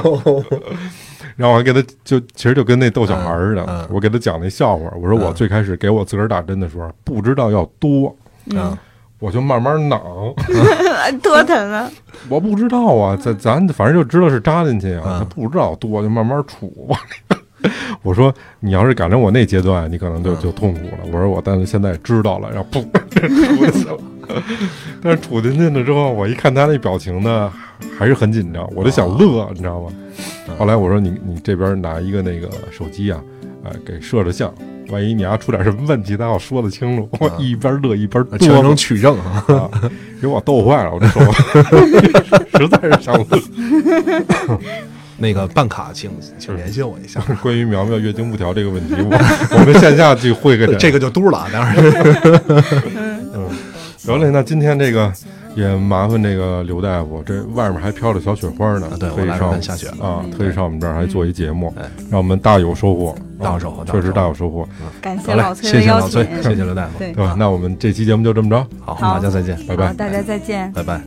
Speaker 2: 然后我还给他就其实就跟那逗小孩儿似的，
Speaker 4: 嗯嗯
Speaker 2: 我给他讲那笑话，我说我
Speaker 4: 嗯
Speaker 2: 最开始给我自个儿打针的时候不知道要多，
Speaker 4: 嗯
Speaker 2: 我就慢慢挠，
Speaker 3: 多疼啊！
Speaker 2: 我不知道啊，咱咱反正就知道是扎进去啊，
Speaker 4: 嗯
Speaker 2: 他不知道多就慢慢杵。 我说你要是赶上我那阶段，你可
Speaker 4: 嗯
Speaker 2: 能就就痛苦了。我说我但是现在知道了，然后 砰杵进去了。但是杵进去了之后，我一看他那表情呢，还是很紧张，我就想乐，你知道吗？
Speaker 4: 哦嗯
Speaker 2: 后来我说你你这边拿一个那个手机啊，呃，给摄着像，万一你要出点什么问题，他好说得清楚。我
Speaker 4: 嗯
Speaker 2: 一边乐一边
Speaker 4: 啊
Speaker 2: 哆
Speaker 4: 全
Speaker 2: 嗦
Speaker 4: 程。取证啊，
Speaker 2: 啊，给我逗坏了，我这手 实在是想乐。
Speaker 4: 那个办卡请请联系我一下，
Speaker 2: 关于苗苗月经不调这个问题， 我我们线下去会个诊。
Speaker 4: 这个就嘟了啊，当然
Speaker 2: 然后嘞，那今天这个也麻烦这个刘大夫，这外面还飘着小雪花呢
Speaker 4: 啊，对
Speaker 2: 特
Speaker 4: 我
Speaker 2: 意
Speaker 4: 来这
Speaker 2: 上
Speaker 4: 看下雪了
Speaker 2: 啊，特意上我们这儿还做一节目
Speaker 4: 嗯哎，
Speaker 2: 让我们大有收获，
Speaker 4: 大有收获
Speaker 2: 啊确实
Speaker 4: 大
Speaker 2: 大
Speaker 4: 有
Speaker 2: 有收获，
Speaker 3: 感谢
Speaker 4: 好
Speaker 3: 老
Speaker 4: 嘞，
Speaker 3: 崔
Speaker 4: 谢
Speaker 3: 的
Speaker 4: 谢
Speaker 3: 邀
Speaker 4: 老
Speaker 3: 请嗯
Speaker 4: 崔，，谢谢刘大夫，
Speaker 3: 对
Speaker 2: 对吧？那我们这期节目就这么着。
Speaker 4: 好，
Speaker 3: 好
Speaker 4: 大家再见，
Speaker 2: 拜拜
Speaker 3: 好大家再见。
Speaker 4: 拜拜。